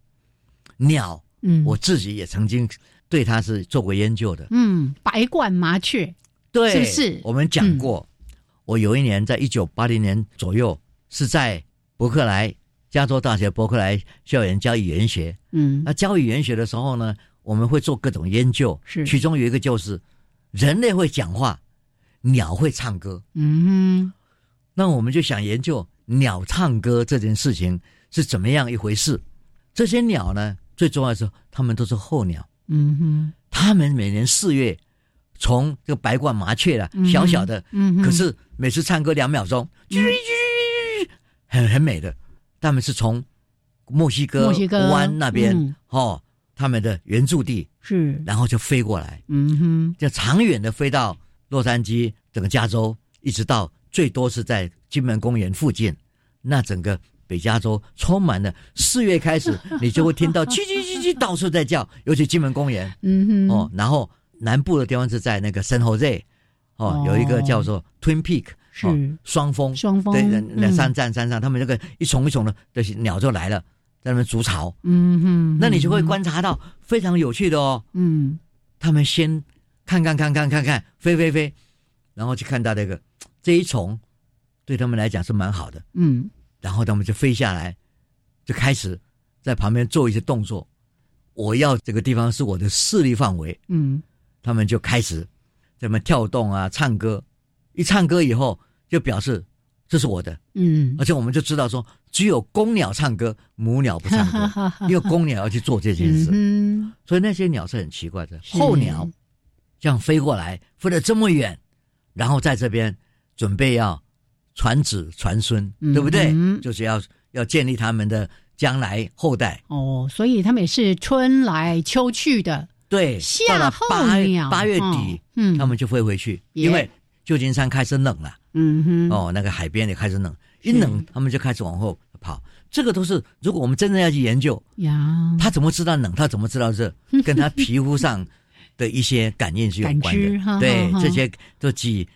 Speaker 2: 鸟，
Speaker 1: 嗯，
Speaker 2: 我自己也曾经对它是做过研究的，
Speaker 1: 嗯，白冠麻雀，
Speaker 2: 对，
Speaker 1: 是不是嗯
Speaker 2: 我们讲过，我有一年在一九八零年左右是在伯克莱加州大学伯克莱校园教语言学。
Speaker 1: 嗯
Speaker 2: 那教语言学的时候呢，我们会做各种研究，
Speaker 1: 是
Speaker 2: 其中有一个就是人类会讲话，鸟会唱歌。
Speaker 1: 嗯
Speaker 2: 那我们就想研究鸟唱歌这件事情是怎么样一回事。这些鸟呢，最重要的是它们都是候鸟，
Speaker 1: 哼嗯哼
Speaker 2: 它们每年四月从这个白冠麻雀啦，
Speaker 1: 嗯哼
Speaker 2: 小小的，
Speaker 1: 嗯哼，嗯
Speaker 2: 可是每次唱歌两秒钟，啾啾啾啾啾很很美的。他们是从墨西哥
Speaker 1: 墨西哥
Speaker 2: 湾那边、
Speaker 1: 嗯
Speaker 2: 哦，他们的原住地，
Speaker 1: 是
Speaker 2: 然后就飞过来，
Speaker 1: 嗯哼，
Speaker 2: 就长远的飞到洛杉矶，整个加州，一直到最多是在金门公园附近。那整个北加州充满了四月开始，你就会听到 叽叽叽叽到处在叫，尤其金门公园
Speaker 1: 嗯哼，
Speaker 2: 哦哦，然后南部的地方是在那个圣侯瑞，哦，有一个叫做 Twin Peak，
Speaker 1: 是
Speaker 2: 哦双峰，
Speaker 1: 双峰
Speaker 2: 对，那那
Speaker 1: 嗯
Speaker 2: 山站山上，他们那个一丛一丛的的鸟就来了，在那边筑巢，
Speaker 1: 嗯哼，
Speaker 2: 那你就会观察到非常有趣的哦。
Speaker 1: 嗯
Speaker 2: 他们先看看看看看看，飞飞飞，然后就看到那个这一丛，对他们来讲是蛮好的。
Speaker 1: 嗯
Speaker 2: 然后他们就飞下来，就开始在旁边做一些动作。我要这个地方是我的势力范围，
Speaker 1: 嗯
Speaker 2: 他们就开始在那边跳动啊、唱歌。一唱歌以后，就表示这是我的，
Speaker 1: 嗯，
Speaker 2: 而且我们就知道说，只有公鸟唱歌，母鸟不唱歌， 因为公鸟要去做这件事。
Speaker 1: 嗯哼
Speaker 2: 所以那些鸟是很奇怪的，
Speaker 1: 是
Speaker 2: 候鸟这样飞过来，飞得这么远，然后在这边准备要传子传孙，
Speaker 1: 嗯
Speaker 2: 对不对？
Speaker 1: 嗯
Speaker 2: 就是要要建立他们的将来后代。
Speaker 1: 哦，所以他们也是春来秋去的，
Speaker 2: 对，
Speaker 1: 夏
Speaker 2: 到了八
Speaker 1: 候鸟
Speaker 2: 八月底，
Speaker 1: 嗯嗯
Speaker 2: 他们就会回去，
Speaker 1: 耶
Speaker 2: 因为旧金山开始冷了，
Speaker 1: 嗯哼，
Speaker 2: 哦，那个海边也开始冷，一冷他们就开始往后跑。这个都是，如果我们真正要去研究，
Speaker 1: 呀，
Speaker 2: 他怎么知道冷？他怎么知 道热？跟他皮肤上的一些感应是有关
Speaker 1: 感知哈
Speaker 2: 的。对
Speaker 1: 哈，哈
Speaker 2: 这些都基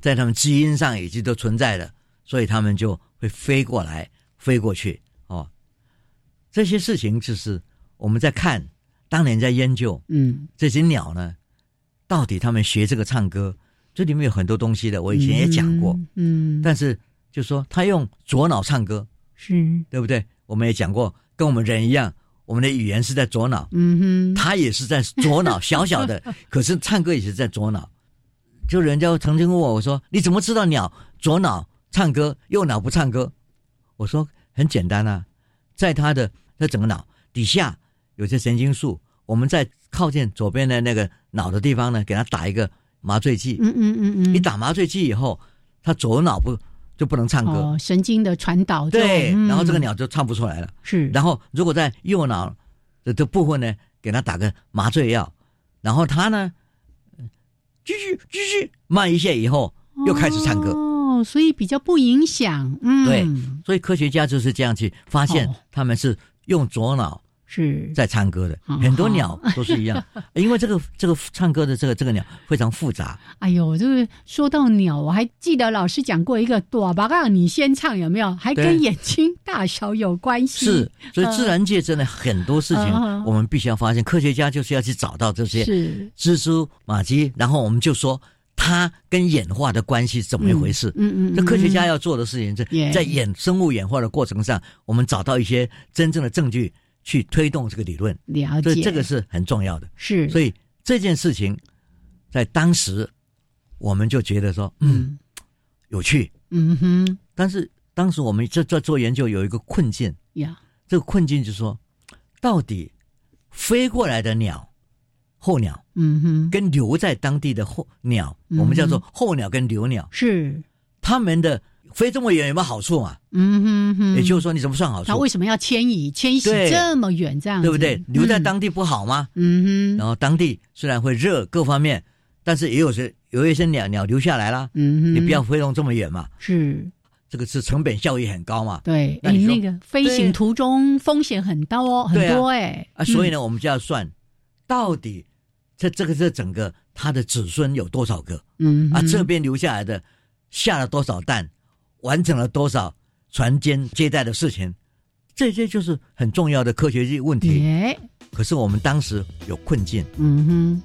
Speaker 2: 在他们基因上已经都存在了，所以他们就会飞过来、飞过去。哦，这些事情就是我们在看，当年在研究
Speaker 1: 嗯
Speaker 2: 这些鸟呢，到底他们学这个唱歌，这里面有很多东西的。我以前也讲过，
Speaker 1: 嗯，
Speaker 2: 但是就说他用左脑唱歌，
Speaker 1: 是
Speaker 2: 对不对？我们也讲过，跟我们人一样，我们的语言是在左脑，
Speaker 1: 嗯哼，
Speaker 2: 他也是在左脑，小 小的，可是唱歌也是在左脑。就人家曾经问我，我说你怎么知道鸟左脑唱歌，右脑不唱歌？我说很简单啊，在他的他整个脑底下有些神经素，我们在靠近左边的那个脑的地方呢，给他打一个麻醉剂。
Speaker 1: 嗯嗯嗯嗯，
Speaker 2: 一打麻醉剂以后，他左脑不就不能唱歌？
Speaker 1: 哦，神经的传导就，
Speaker 2: 对，
Speaker 1: 嗯
Speaker 2: 然后这个鸟就唱不出来了。
Speaker 1: 是，
Speaker 2: 然后如果在右脑的这部分呢，给他打个麻醉药，然后他呢，继续继续慢一些以后又开始唱歌。
Speaker 1: 哦，所以比较不影响，嗯，
Speaker 2: 对，所以科学家就是这样去发现
Speaker 1: 哦，
Speaker 2: 他们是用左脑
Speaker 1: 是，
Speaker 2: 在唱歌的。
Speaker 1: 嗯
Speaker 2: 很多鸟都是一样，
Speaker 1: 哦
Speaker 2: 因为这个这个唱歌的这个这个鸟非常复杂。
Speaker 1: 哎呦，就是说到鸟，我还记得老师讲过一个“朵巴让你先唱”，有没有？还跟
Speaker 2: 对
Speaker 1: 眼睛大小有关系。
Speaker 2: 是，所以自然界真的很多事
Speaker 1: 嗯嗯
Speaker 2: 情，我们必须要发现。科学家就是要去找到这些
Speaker 1: 是
Speaker 2: 蜘蛛、马鸡，然后我们就说它跟演化的关系是怎么一回事。
Speaker 1: 嗯嗯，
Speaker 2: 那科学家
Speaker 1: 要
Speaker 2: 要做的事情
Speaker 1: 也
Speaker 2: 是，在演生物演化的过程上，我们找到一些真正的证据去推动这个理论，
Speaker 1: 嗯了
Speaker 2: 所
Speaker 1: 解，嗯
Speaker 2: 以这个是很重要的。
Speaker 1: 是，
Speaker 2: 所
Speaker 1: 以
Speaker 2: 以这件事情在当时我们就觉得说，嗯，有趣。
Speaker 1: 嗯哼
Speaker 2: 但是当时我们在在做研究有一个困境，
Speaker 1: 呀，
Speaker 2: 这个困境就是说，到底飞过来的鸟，候鸟
Speaker 1: 嗯哼，
Speaker 2: 跟留在当地的候鸟，
Speaker 1: 嗯
Speaker 2: 我们叫做候鸟跟留鸟，
Speaker 1: 是，
Speaker 2: 它们的飞这么远有没有好处嘛？
Speaker 1: 嗯哼哼，
Speaker 2: 也就是说，你怎么算好
Speaker 1: 他为
Speaker 2: 处？
Speaker 1: 什么要迁移？迁徙
Speaker 2: 对
Speaker 1: 这么远，这样子嗯
Speaker 2: 对不对？留在，当地不好吗？
Speaker 1: 嗯嗯
Speaker 2: 然
Speaker 1: 哼，
Speaker 2: 后当地虽然会热各方面，但是也有些有一些鸟鸟留下来啦，
Speaker 1: 嗯哼，
Speaker 2: 你不要飞动这么远嘛，
Speaker 1: 是。
Speaker 2: 这个是成本效益很高嘛。
Speaker 1: 对，
Speaker 2: 那
Speaker 1: 哎，
Speaker 2: 你说
Speaker 1: 那个飞行
Speaker 2: 对
Speaker 1: 途中风险很高哦，很
Speaker 2: 对啊
Speaker 1: 多哎
Speaker 2: 啊，所以
Speaker 1: 呢，
Speaker 2: 呢，我们就要算到底这这个这整个它的子孙有多少个
Speaker 1: 嗯
Speaker 2: 啊？
Speaker 1: 哼
Speaker 2: 这边留下来的下了多少蛋，完成了多少船间接待的事情，这些就是很重要的科学问题。
Speaker 1: 耶，
Speaker 2: 可是我们当时有困境，
Speaker 1: 嗯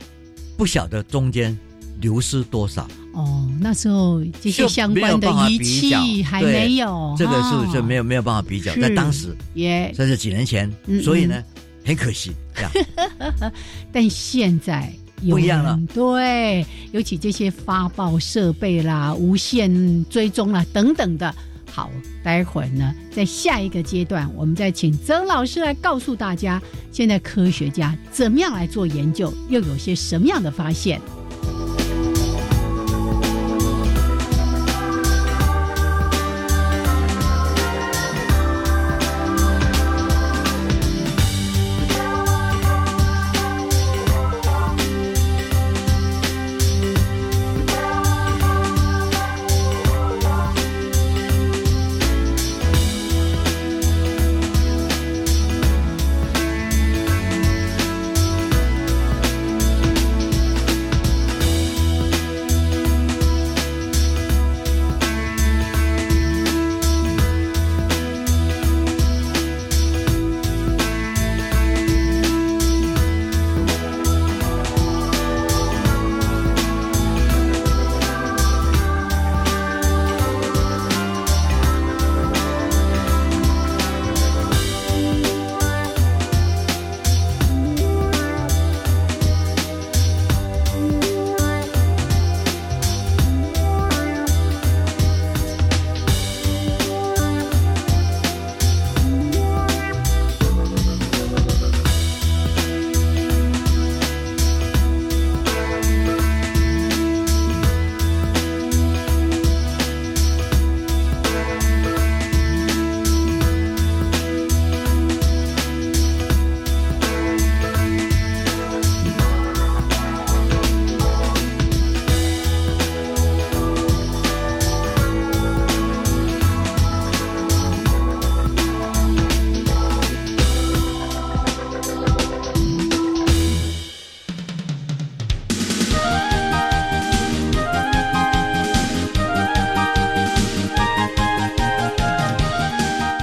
Speaker 2: 不晓得中间流失多少，
Speaker 1: 哼，哦，那时候这些
Speaker 2: 就
Speaker 1: 相
Speaker 2: 没有
Speaker 1: 关的
Speaker 2: 办法
Speaker 1: 仪
Speaker 2: 比较
Speaker 1: 器还
Speaker 2: 对
Speaker 1: 没有，
Speaker 2: 这个是
Speaker 1: 就
Speaker 2: 就没有没有办法比较，
Speaker 1: 是
Speaker 2: 在当时
Speaker 1: 耶。
Speaker 2: 这是几年前
Speaker 1: 嗯，
Speaker 2: 所以呢，很可惜这样。
Speaker 1: 但现在有
Speaker 2: 不一样了
Speaker 1: 人，对，尤其这些发报设备啦、无线追踪啦等等的。好，待会儿呢，在下一个阶段，我们再请曾老师来告诉大家，现在科学家怎么样来做研究，又有些什么样的发现。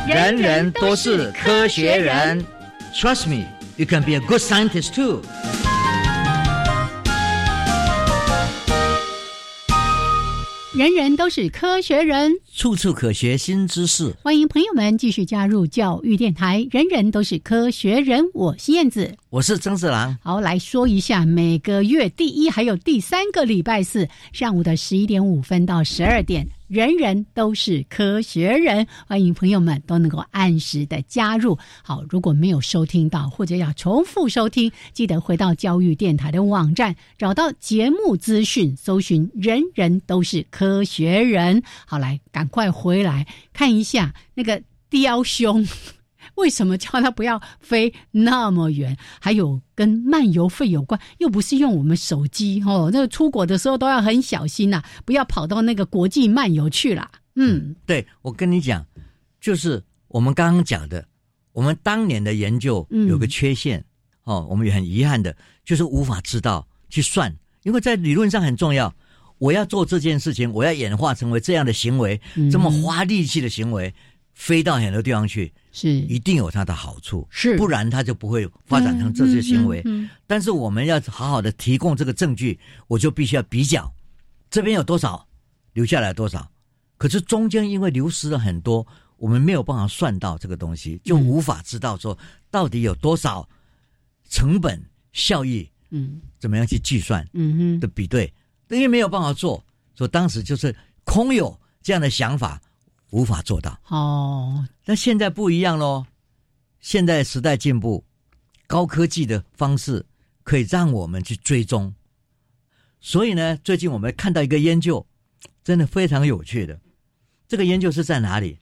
Speaker 2: 人人都是科学人。Trust me, you can be a good scientist too.
Speaker 1: 人人都是科学人。
Speaker 2: 处处可学新知识。
Speaker 1: 欢迎朋友们继续加入教育电台，人人都是科学人，我是燕子。
Speaker 2: 我是曾志郎，
Speaker 1: 好，来说一下每个月第一还有第三个礼拜四上午的十一点五分到十二点，人人都是科学人，欢迎朋友们都能够按时的加入。好，如果没有收听到或者要重复收听，记得回到教育电台的网站，找到节目资讯，搜寻“人人都是科学人”。好，来，赶快回来看一下那个雕兄。为什么叫它不要飞那么远？还有跟漫游费有关，又不是用我们手机哦。那个出国的时候都要很小心呐、不要跑到那个国际漫游去啦。嗯，
Speaker 2: 对我跟你讲，就是我们刚刚讲的，我们当年的研究
Speaker 1: 嗯
Speaker 2: 有个缺陷、哦，我们也很遗憾的，就是无法知道去算，因为在理论上很重要。我要做这件事情，我要演化成为这样的行为，
Speaker 1: 嗯
Speaker 2: 这么花力气的行为，飞到很多地方去，
Speaker 1: 是
Speaker 2: 一定有它的好处，
Speaker 1: 是
Speaker 2: 不然它就不会发展成这些行为。
Speaker 1: 嗯嗯嗯
Speaker 2: 但是我们要好好的提供这个证据，我就必须要比较，这边有多少，留下来多少。可是中间因为流失了很多，我们没有办法算到这个东西，就
Speaker 1: 嗯
Speaker 2: 无法知道说到底有多少成本效益，
Speaker 1: 嗯
Speaker 2: 怎么样去计算
Speaker 1: 嗯哼，
Speaker 2: 的比对，因为没有办法做，所以当时就是空有这样的想法，无法做到。
Speaker 1: 哦，
Speaker 2: 那现在不一样喽，现在时代进步，高科技的方式可以让我们去追踪。所以呢，最近我们看到一个研究，真的非常有趣的。这个研究是在哪里？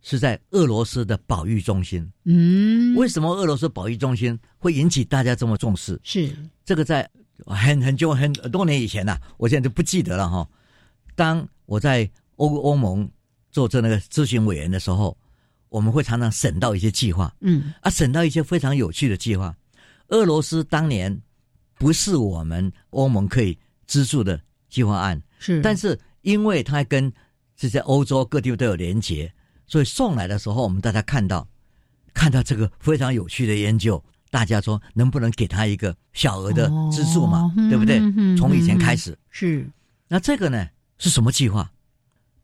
Speaker 2: 是在俄罗斯的保育中心。
Speaker 1: 嗯，
Speaker 2: 为什么俄罗斯保育中心会引起大家这么重视？
Speaker 1: 是
Speaker 2: 这个在很很久很多年以前呐、我现在就不记得了哈。当我在欧欧盟做这那个咨询委员的时候，我们会常常审到一些计划，
Speaker 1: 嗯
Speaker 2: 啊，审到一些非常有趣的计划。俄罗斯当年不是我们欧盟可以资助的计划案，
Speaker 1: 是，
Speaker 2: 但是因为它跟这些欧洲各地都有连结，所以送来的时候，我们大家看到看到这个非常有趣的研究，大家说能不能给他一个小额的资助嘛，
Speaker 1: 哦嗯
Speaker 2: 对不对
Speaker 1: 嗯嗯？
Speaker 2: 从以前开始，
Speaker 1: 是
Speaker 2: 那这个呢是什么计划？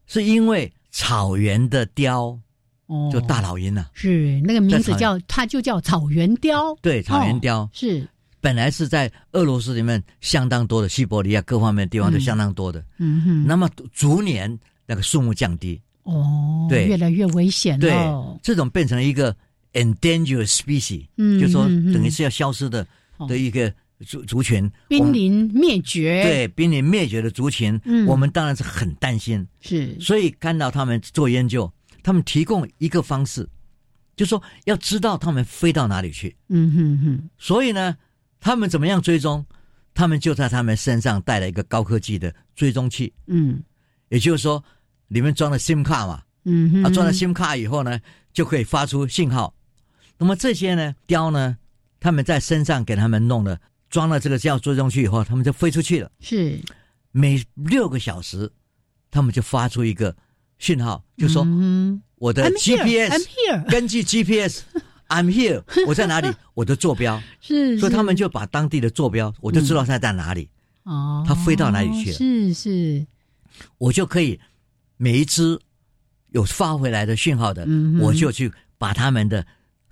Speaker 2: 是因为草原的雕，
Speaker 1: 哦，
Speaker 2: 就大老鹰啊，
Speaker 1: 是那个名字
Speaker 2: 在草
Speaker 1: 叫它就叫草原雕，
Speaker 2: 对，草原雕、
Speaker 1: 是
Speaker 2: 本来是在俄罗斯里面相当多的西伯利亚各方面的地方都
Speaker 1: 嗯
Speaker 2: 相当多的，
Speaker 1: 嗯哼，
Speaker 2: 那么逐年那个数目降低，
Speaker 1: 哦，
Speaker 2: 对
Speaker 1: 越来越危险
Speaker 2: 对
Speaker 1: 了，，
Speaker 2: 这种变成一个 endangered species，、
Speaker 1: 哦嗯
Speaker 2: 就说
Speaker 1: 嗯嗯
Speaker 2: 等于是要消失的、
Speaker 1: 哦
Speaker 2: 的一个族族群，我
Speaker 1: 濒
Speaker 2: 们
Speaker 1: 临灭绝，
Speaker 2: 对濒临灭绝的族群，
Speaker 1: 嗯
Speaker 2: 我们当然是很担心。
Speaker 1: 是
Speaker 2: 所以看到他们做研究，他们提供一个方式，就说要知道他们飞到哪里去。
Speaker 1: 嗯哼哼，
Speaker 2: 所以呢，他们怎么样追踪？他们就在他们身上带了一个高科技的追踪器，
Speaker 1: 嗯
Speaker 2: 也就是说，里面装了 SIM 卡嘛，
Speaker 1: 嗯哼，
Speaker 2: 啊，装了 SIM 卡以后呢，就可以发出信号。那么这些呢，雕呢，他们在身上给他们弄了，装了这个叫追踪器以后，他们就飞出去了。
Speaker 1: 是
Speaker 2: 每六个小时，他们就发出一个讯号，就说、呃
Speaker 1: 嗯
Speaker 2: 我
Speaker 1: 哼
Speaker 2: 的
Speaker 1: I'm here, I'm
Speaker 2: GPS
Speaker 1: here，
Speaker 2: 根据 GPS，I'm here，我在哪里？我的坐标，
Speaker 1: 是，
Speaker 2: 所以他
Speaker 1: 是
Speaker 2: 们就把当地的坐标，我就知道它在哪里，
Speaker 1: 哦，
Speaker 2: 它飞到哪里去了
Speaker 1: 是是，
Speaker 2: 我就可以每一只有发回来的讯号的，
Speaker 1: 嗯哼
Speaker 2: 我就去把他们的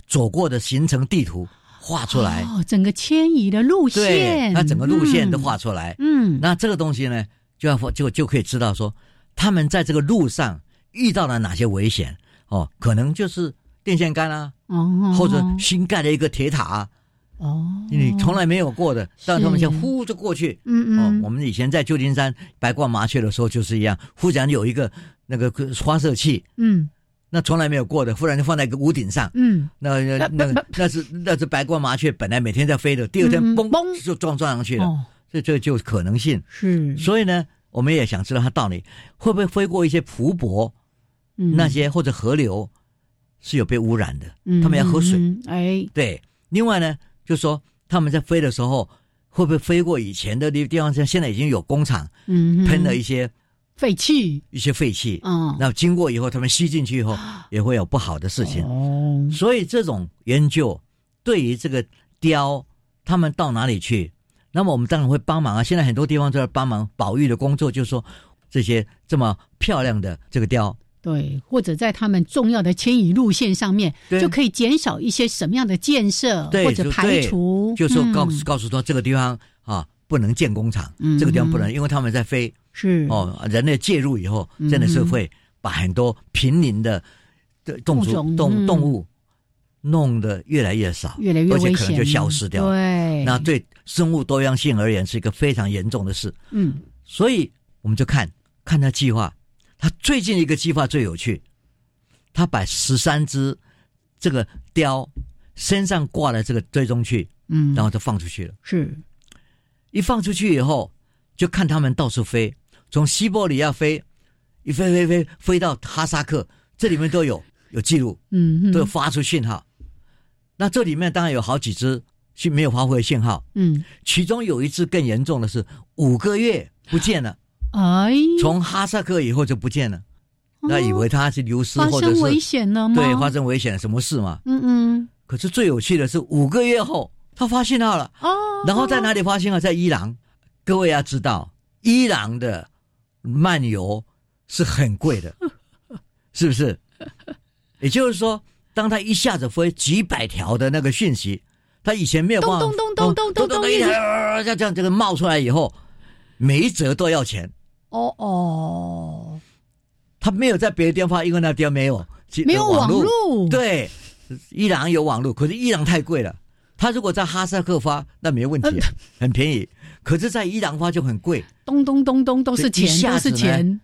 Speaker 2: 走过的行程地图画出来，
Speaker 1: 哦，整个迁移的路
Speaker 2: 对，
Speaker 1: 线，
Speaker 2: 那整个路线都画出来。
Speaker 1: 嗯，嗯，
Speaker 2: 那这个东西呢，就要就就可以知道说，他们在这个路上遇到了哪些危险哦，可能就是电线杆啊，
Speaker 1: 哦，
Speaker 2: 或者新盖的一个铁塔、啊，
Speaker 1: 哦，
Speaker 2: 你从来没有过的，让他们
Speaker 1: 是
Speaker 2: 先呼就过去。
Speaker 1: 嗯
Speaker 2: 哦
Speaker 1: 嗯，，
Speaker 2: 我们以前在旧金山白逛麻雀的时候就是一样，忽然有一个那个发射器，
Speaker 1: 嗯
Speaker 2: 那从来没有过的，忽然就放在一个屋顶上，
Speaker 1: 嗯
Speaker 2: 那那那那是那是白冠麻雀本来每天在飞的，第二天
Speaker 1: 嗯
Speaker 2: 嘣
Speaker 1: 嘣
Speaker 2: 就撞撞上去了，
Speaker 1: 哦
Speaker 2: 这这就可能性。
Speaker 1: 是，
Speaker 2: 所以呢，我们也想知道它到底会不会飞过一些湖泊，
Speaker 1: 嗯
Speaker 2: 那些或者河流是有被污染的，
Speaker 1: 嗯
Speaker 2: 他们要喝水。
Speaker 1: 嗯嗯哎，
Speaker 2: 对，另外呢，就说他们在飞的时候，会不会飞过以前的地地方？像现在已经有工厂
Speaker 1: 嗯，
Speaker 2: 喷了一些
Speaker 1: 废气，
Speaker 2: 一些废气，
Speaker 1: 嗯啊
Speaker 2: 那经过以后，他们吸进去以后，也会有不好的事情。
Speaker 1: 哦，
Speaker 2: 所以这种研究对于这个雕，他们到哪里去？那么我们当然会帮忙啊。现在很多地方都在帮忙保育的工作，就是说这些这么漂亮的这个雕，
Speaker 1: 对，或者在他们重要的迁移路线上面，
Speaker 2: 对
Speaker 1: 就可以减少一些什么样的建设
Speaker 2: 对，
Speaker 1: 或者
Speaker 2: 就
Speaker 1: 排
Speaker 2: 对
Speaker 1: 除，
Speaker 2: 就是说告
Speaker 1: 嗯
Speaker 2: 诉告诉说这个地方啊不能建工厂，
Speaker 1: 嗯
Speaker 2: 这个地方不能，因为他们在飞
Speaker 1: 是
Speaker 2: 哦，人类介入以后，真的是
Speaker 1: 嗯嗯哼
Speaker 2: 会把很多濒临的的动
Speaker 1: 物种
Speaker 2: 物动
Speaker 1: 嗯
Speaker 2: 动物弄得越来越少，
Speaker 1: 越来越
Speaker 2: 而且
Speaker 1: 危
Speaker 2: 可能
Speaker 1: 险，
Speaker 2: 就消失掉了。
Speaker 1: 对，
Speaker 2: 那对生物多样性而言是一个非常严重的事，
Speaker 1: 嗯，
Speaker 2: 所以我们就看看他计划，他最近一个计划最有趣，他把十三只这个雕身上挂的这个追踪器，
Speaker 1: 嗯
Speaker 2: 然后就放出去了。
Speaker 1: 是
Speaker 2: 一放出去以后，就看他们到处飞，从西伯利亚飞，一飞飞飞飞到哈萨克，这里面都有有记录，
Speaker 1: 嗯哼
Speaker 2: 都有发出讯号。那这里面当然有好几只是没有发挥信号，
Speaker 1: 嗯，
Speaker 2: 其中有一只更严重的是五个月不见了，
Speaker 1: 哎，
Speaker 2: 从哈萨克以后就不见了。那以为它是流失
Speaker 1: 哦发
Speaker 2: 或者
Speaker 1: 生危
Speaker 2: 是
Speaker 1: 险了吗？
Speaker 2: 对发生危险了什么事嘛？
Speaker 1: 嗯嗯，
Speaker 2: 可是最有趣的是五个月后他发信号了
Speaker 1: 哦，
Speaker 2: 然后在哪里发信号？在伊朗。各位要知道，伊朗的漫游是很贵的，是不是？也就是说，当他一下子飞几百条的那个讯息，他以前没有办法
Speaker 1: 咚咚咚咚咚咚
Speaker 2: 咚一直这样这个冒出来以后，每一折都要钱。
Speaker 1: 哦哦，
Speaker 2: 他没有在别的地方发，因为那地方没有其
Speaker 1: 没有网
Speaker 2: 网
Speaker 1: 络
Speaker 2: 对，伊朗有网络，可是伊朗太贵了。他如果在哈萨克发，那没问题、啊
Speaker 1: 嗯
Speaker 2: 很便宜。可是，在伊朗发就很贵。
Speaker 1: 咚咚咚咚都是
Speaker 2: 对一
Speaker 1: 钱，
Speaker 2: 下
Speaker 1: 都
Speaker 2: 子
Speaker 1: 是
Speaker 2: 呢
Speaker 1: 钱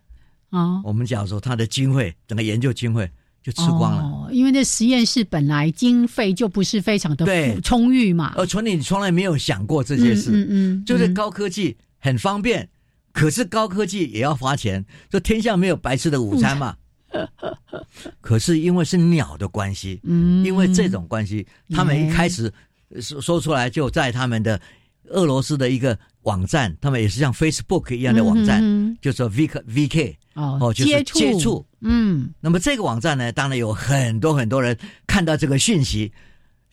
Speaker 1: 啊。
Speaker 2: 我们讲说，他的经费，整个研究经费就吃光了。
Speaker 1: 哦，因为那实验室本来经费就不是非常的
Speaker 2: 对呃
Speaker 1: 富充裕嘛，
Speaker 2: 而纯理，你从来没有想过这件事，
Speaker 1: 嗯嗯嗯
Speaker 2: 就是
Speaker 1: 嗯
Speaker 2: 高科技很方便，可是高科技也要花钱。就天下没有白吃的午 餐嘛。可是因为是鸟的关系，
Speaker 1: 嗯
Speaker 2: 因为这种关系，他们一开始呃说说出来就在他们的俄罗斯的一个网站，他们也是像 Facebook 一样的网站，
Speaker 1: 嗯嗯嗯
Speaker 2: 就说 V K V K
Speaker 1: 哦
Speaker 2: 就是
Speaker 1: 接触
Speaker 2: 接触。
Speaker 1: 嗯，
Speaker 2: 那么这个网站呢，当然有很多很多人看到这个讯息，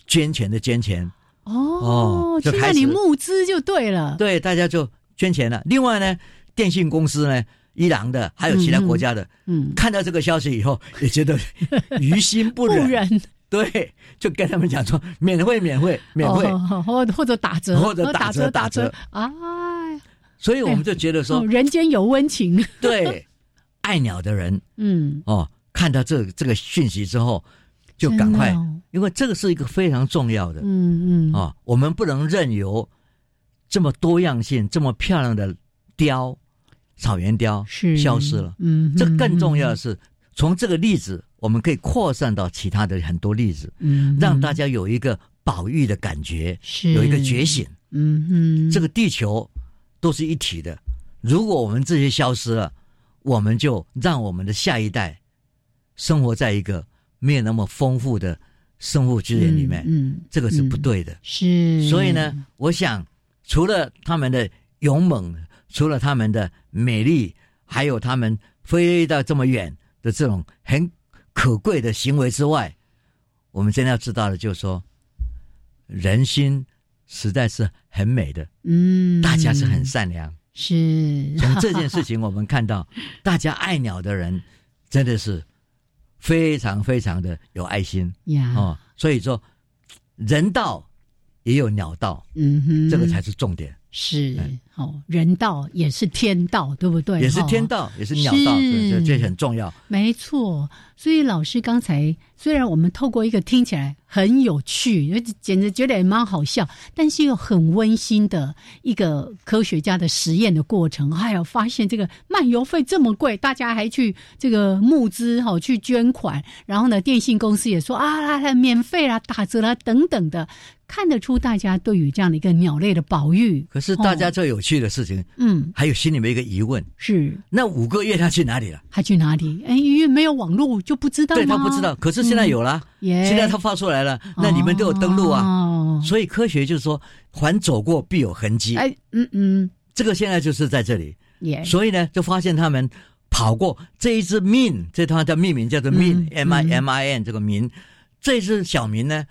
Speaker 2: 捐钱的捐钱，
Speaker 1: 哦
Speaker 2: 哦，
Speaker 1: 去
Speaker 2: 就
Speaker 1: 那
Speaker 2: 开
Speaker 1: 里
Speaker 2: 始
Speaker 1: 募资就对了，
Speaker 2: 对，大家就捐钱了。另外呢，电信公司呢，伊朗的还有其他国家的，
Speaker 1: 嗯嗯
Speaker 2: 看到这个消息以后，也觉得于心 不
Speaker 1: 不
Speaker 2: 忍，
Speaker 1: 然
Speaker 2: 对，就跟他们讲说免费，免费，免费。
Speaker 1: 哦或或者打折，
Speaker 2: 或者
Speaker 1: 打
Speaker 2: 打折
Speaker 1: 打
Speaker 2: 打折
Speaker 1: 啊，
Speaker 2: 所以我们就觉得说，
Speaker 1: 哦人间有温情，
Speaker 2: 对，爱鸟的人
Speaker 1: 嗯，
Speaker 2: 哦，看到这这个讯息之后，就赶快，
Speaker 1: 真的哦
Speaker 2: 因为这个是一个非常重要的，
Speaker 1: 嗯嗯
Speaker 2: 啊、我们不能任由这么多样性、这么漂亮的雕，草原雕
Speaker 1: 是
Speaker 2: 消失了。
Speaker 1: 嗯哼
Speaker 2: 这更重要的是，从这个例子，我们可以扩散到其他的很多例子，
Speaker 1: 嗯
Speaker 2: 让大家有一个保育的感觉，
Speaker 1: 是
Speaker 2: 有一个觉醒。
Speaker 1: 嗯嗯，
Speaker 2: 这个地球都是一体的，如果我们这些消失了，我们就让我们的下一代生活在一个没有那么丰富的生活资源里面，
Speaker 1: 嗯嗯
Speaker 2: 这个是不
Speaker 1: 嗯
Speaker 2: 对的。
Speaker 1: 是，
Speaker 2: 所以呢，嗯我想除了他们的勇猛，除了他们的美丽，还有他们飞到这么远的这种很可贵的行为之外，我们真的要知道的就是说，人心实在是很美的，
Speaker 1: 嗯，
Speaker 2: 大家是很善 良。
Speaker 1: 是
Speaker 2: 从这件事情，我们看到大家爱鸟的人真的是非常非常的有爱心
Speaker 1: 呀
Speaker 2: 哦。所以说，人道也有鸟道，
Speaker 1: 嗯哼，
Speaker 2: 这个才是重点，
Speaker 1: 是哦，人道也是天道，对不对？
Speaker 2: 哎也是
Speaker 1: 哦
Speaker 2: 天道，也是鸟道，
Speaker 1: 是
Speaker 2: 这这这很重要。
Speaker 1: 没错，所以老师刚才虽然我们透过一个听起来很有趣，而且简直觉得也蛮好笑，但是又很温馨的一个科学家的实验的过程，还有发现这个漫游费这么贵，大家还去这个募资哈、哦、去捐款，然后呢，电信公司也说啊来来免费啦、打折啦等等的，看得出大家对于这样的一个鸟类的保育。
Speaker 2: 可是大家
Speaker 1: 哦
Speaker 2: 最有趣的事情，
Speaker 1: 嗯
Speaker 2: 还有心里面一个疑
Speaker 1: 哦
Speaker 2: 问：
Speaker 1: 是
Speaker 2: 那五个月他去哪里了？
Speaker 1: 他去哪里？哎，因为没有网络就不知道
Speaker 2: 对他
Speaker 1: 吗
Speaker 2: 不知道，可是现在有了，哎
Speaker 1: 嗯耶
Speaker 2: 现在他发出来了，那你们都有登录啊。
Speaker 1: 哦
Speaker 2: 所以科学就是说，还走过必有痕迹。
Speaker 1: 哎，嗯嗯，
Speaker 2: 这个现在就是在这里，
Speaker 1: 也
Speaker 2: 所以呢，就发现他们跑过这一只民，这它的命名叫做民、
Speaker 1: 嗯
Speaker 2: m I M I N 这个民，这只小民呢，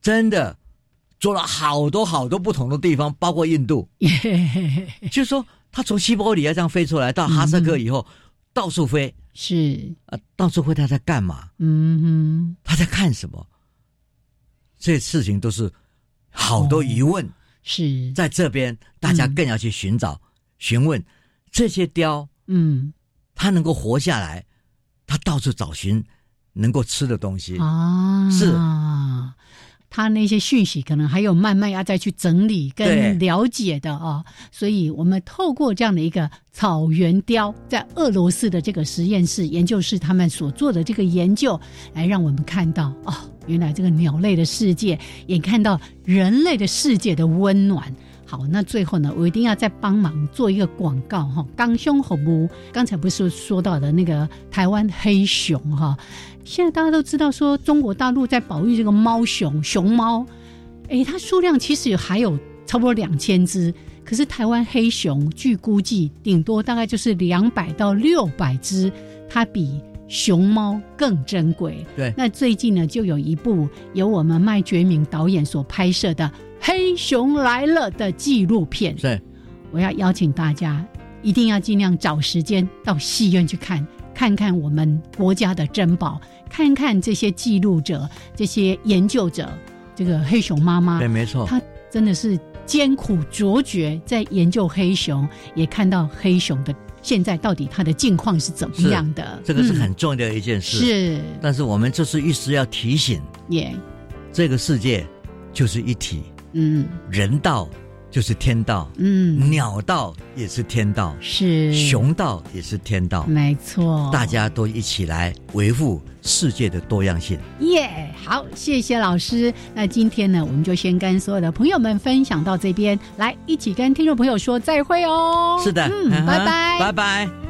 Speaker 2: 真的做了好多好多不同的地方，包括 印度，就是说它从西伯利亚这样飞出来到哈萨克以
Speaker 1: 嗯
Speaker 2: 后，到处飞，
Speaker 1: 是
Speaker 2: 啊，到处飞它在干嘛？
Speaker 1: 嗯
Speaker 2: 他在看什么？这事情都是好多疑问，
Speaker 1: 哼，是
Speaker 2: 在这边大
Speaker 1: 嗯
Speaker 2: 家更要去寻找、询问这些雕，
Speaker 1: 嗯
Speaker 2: 它能够活下来，它到处找寻能够吃的东西。
Speaker 1: 啊，
Speaker 2: 是
Speaker 1: 他那些讯息可能还有慢慢要再去整理
Speaker 2: 对
Speaker 1: 跟了解的哦，所以我们透过这样的一个草原雕，在俄罗斯的这个实验室研究室他们所做的这个研究，来让我们看到哦，原来这个鸟类的世界，也看到人类的世界的温暖。好，那最后呢，我一定要再帮忙做一个广告哈。刚胸红木，刚才不是说到的那个台湾黑熊哈，现在大家都知道说中国大陆在保育这个猫熊熊猫，诶，它数量其实还有差不多两千只，可是台湾黑熊据估计顶多大概就是两百到六百只，它比熊猫更珍贵。
Speaker 2: 对
Speaker 1: 那最近呢，就有一部由我们麦觉明导演所拍摄的《黑熊来了》的纪录片，
Speaker 2: 是
Speaker 1: 我要邀请大家一定要尽量找时间到戏院去看，看看我们国家的珍宝，看看这些记录者、这些研究者，这个黑熊妈妈
Speaker 2: 对，，没错，
Speaker 1: 她真的是艰苦卓绝，在研究黑熊，也看到黑熊的现在到底它的境况是怎么样的。
Speaker 2: 这个
Speaker 1: 嗯
Speaker 2: 是很重要的一件事。，
Speaker 1: 是
Speaker 2: 但是我们就是一直要提醒，
Speaker 1: 也
Speaker 2: 这个世界就是一体，
Speaker 1: 嗯
Speaker 2: 人道就是天道，
Speaker 1: 嗯
Speaker 2: 鸟道也是天道，
Speaker 1: 是嗯
Speaker 2: 熊道也是天道。
Speaker 1: 没错，
Speaker 2: 大家都一起来维护世界的多样性。
Speaker 1: 耶好，谢谢老师。那今天呢，我们就先跟所有的朋友们分享到这边，来一起跟听众朋友说再会哦。
Speaker 2: 是的，
Speaker 1: 嗯，
Speaker 2: 嗯哼
Speaker 1: 拜拜，
Speaker 2: 拜拜。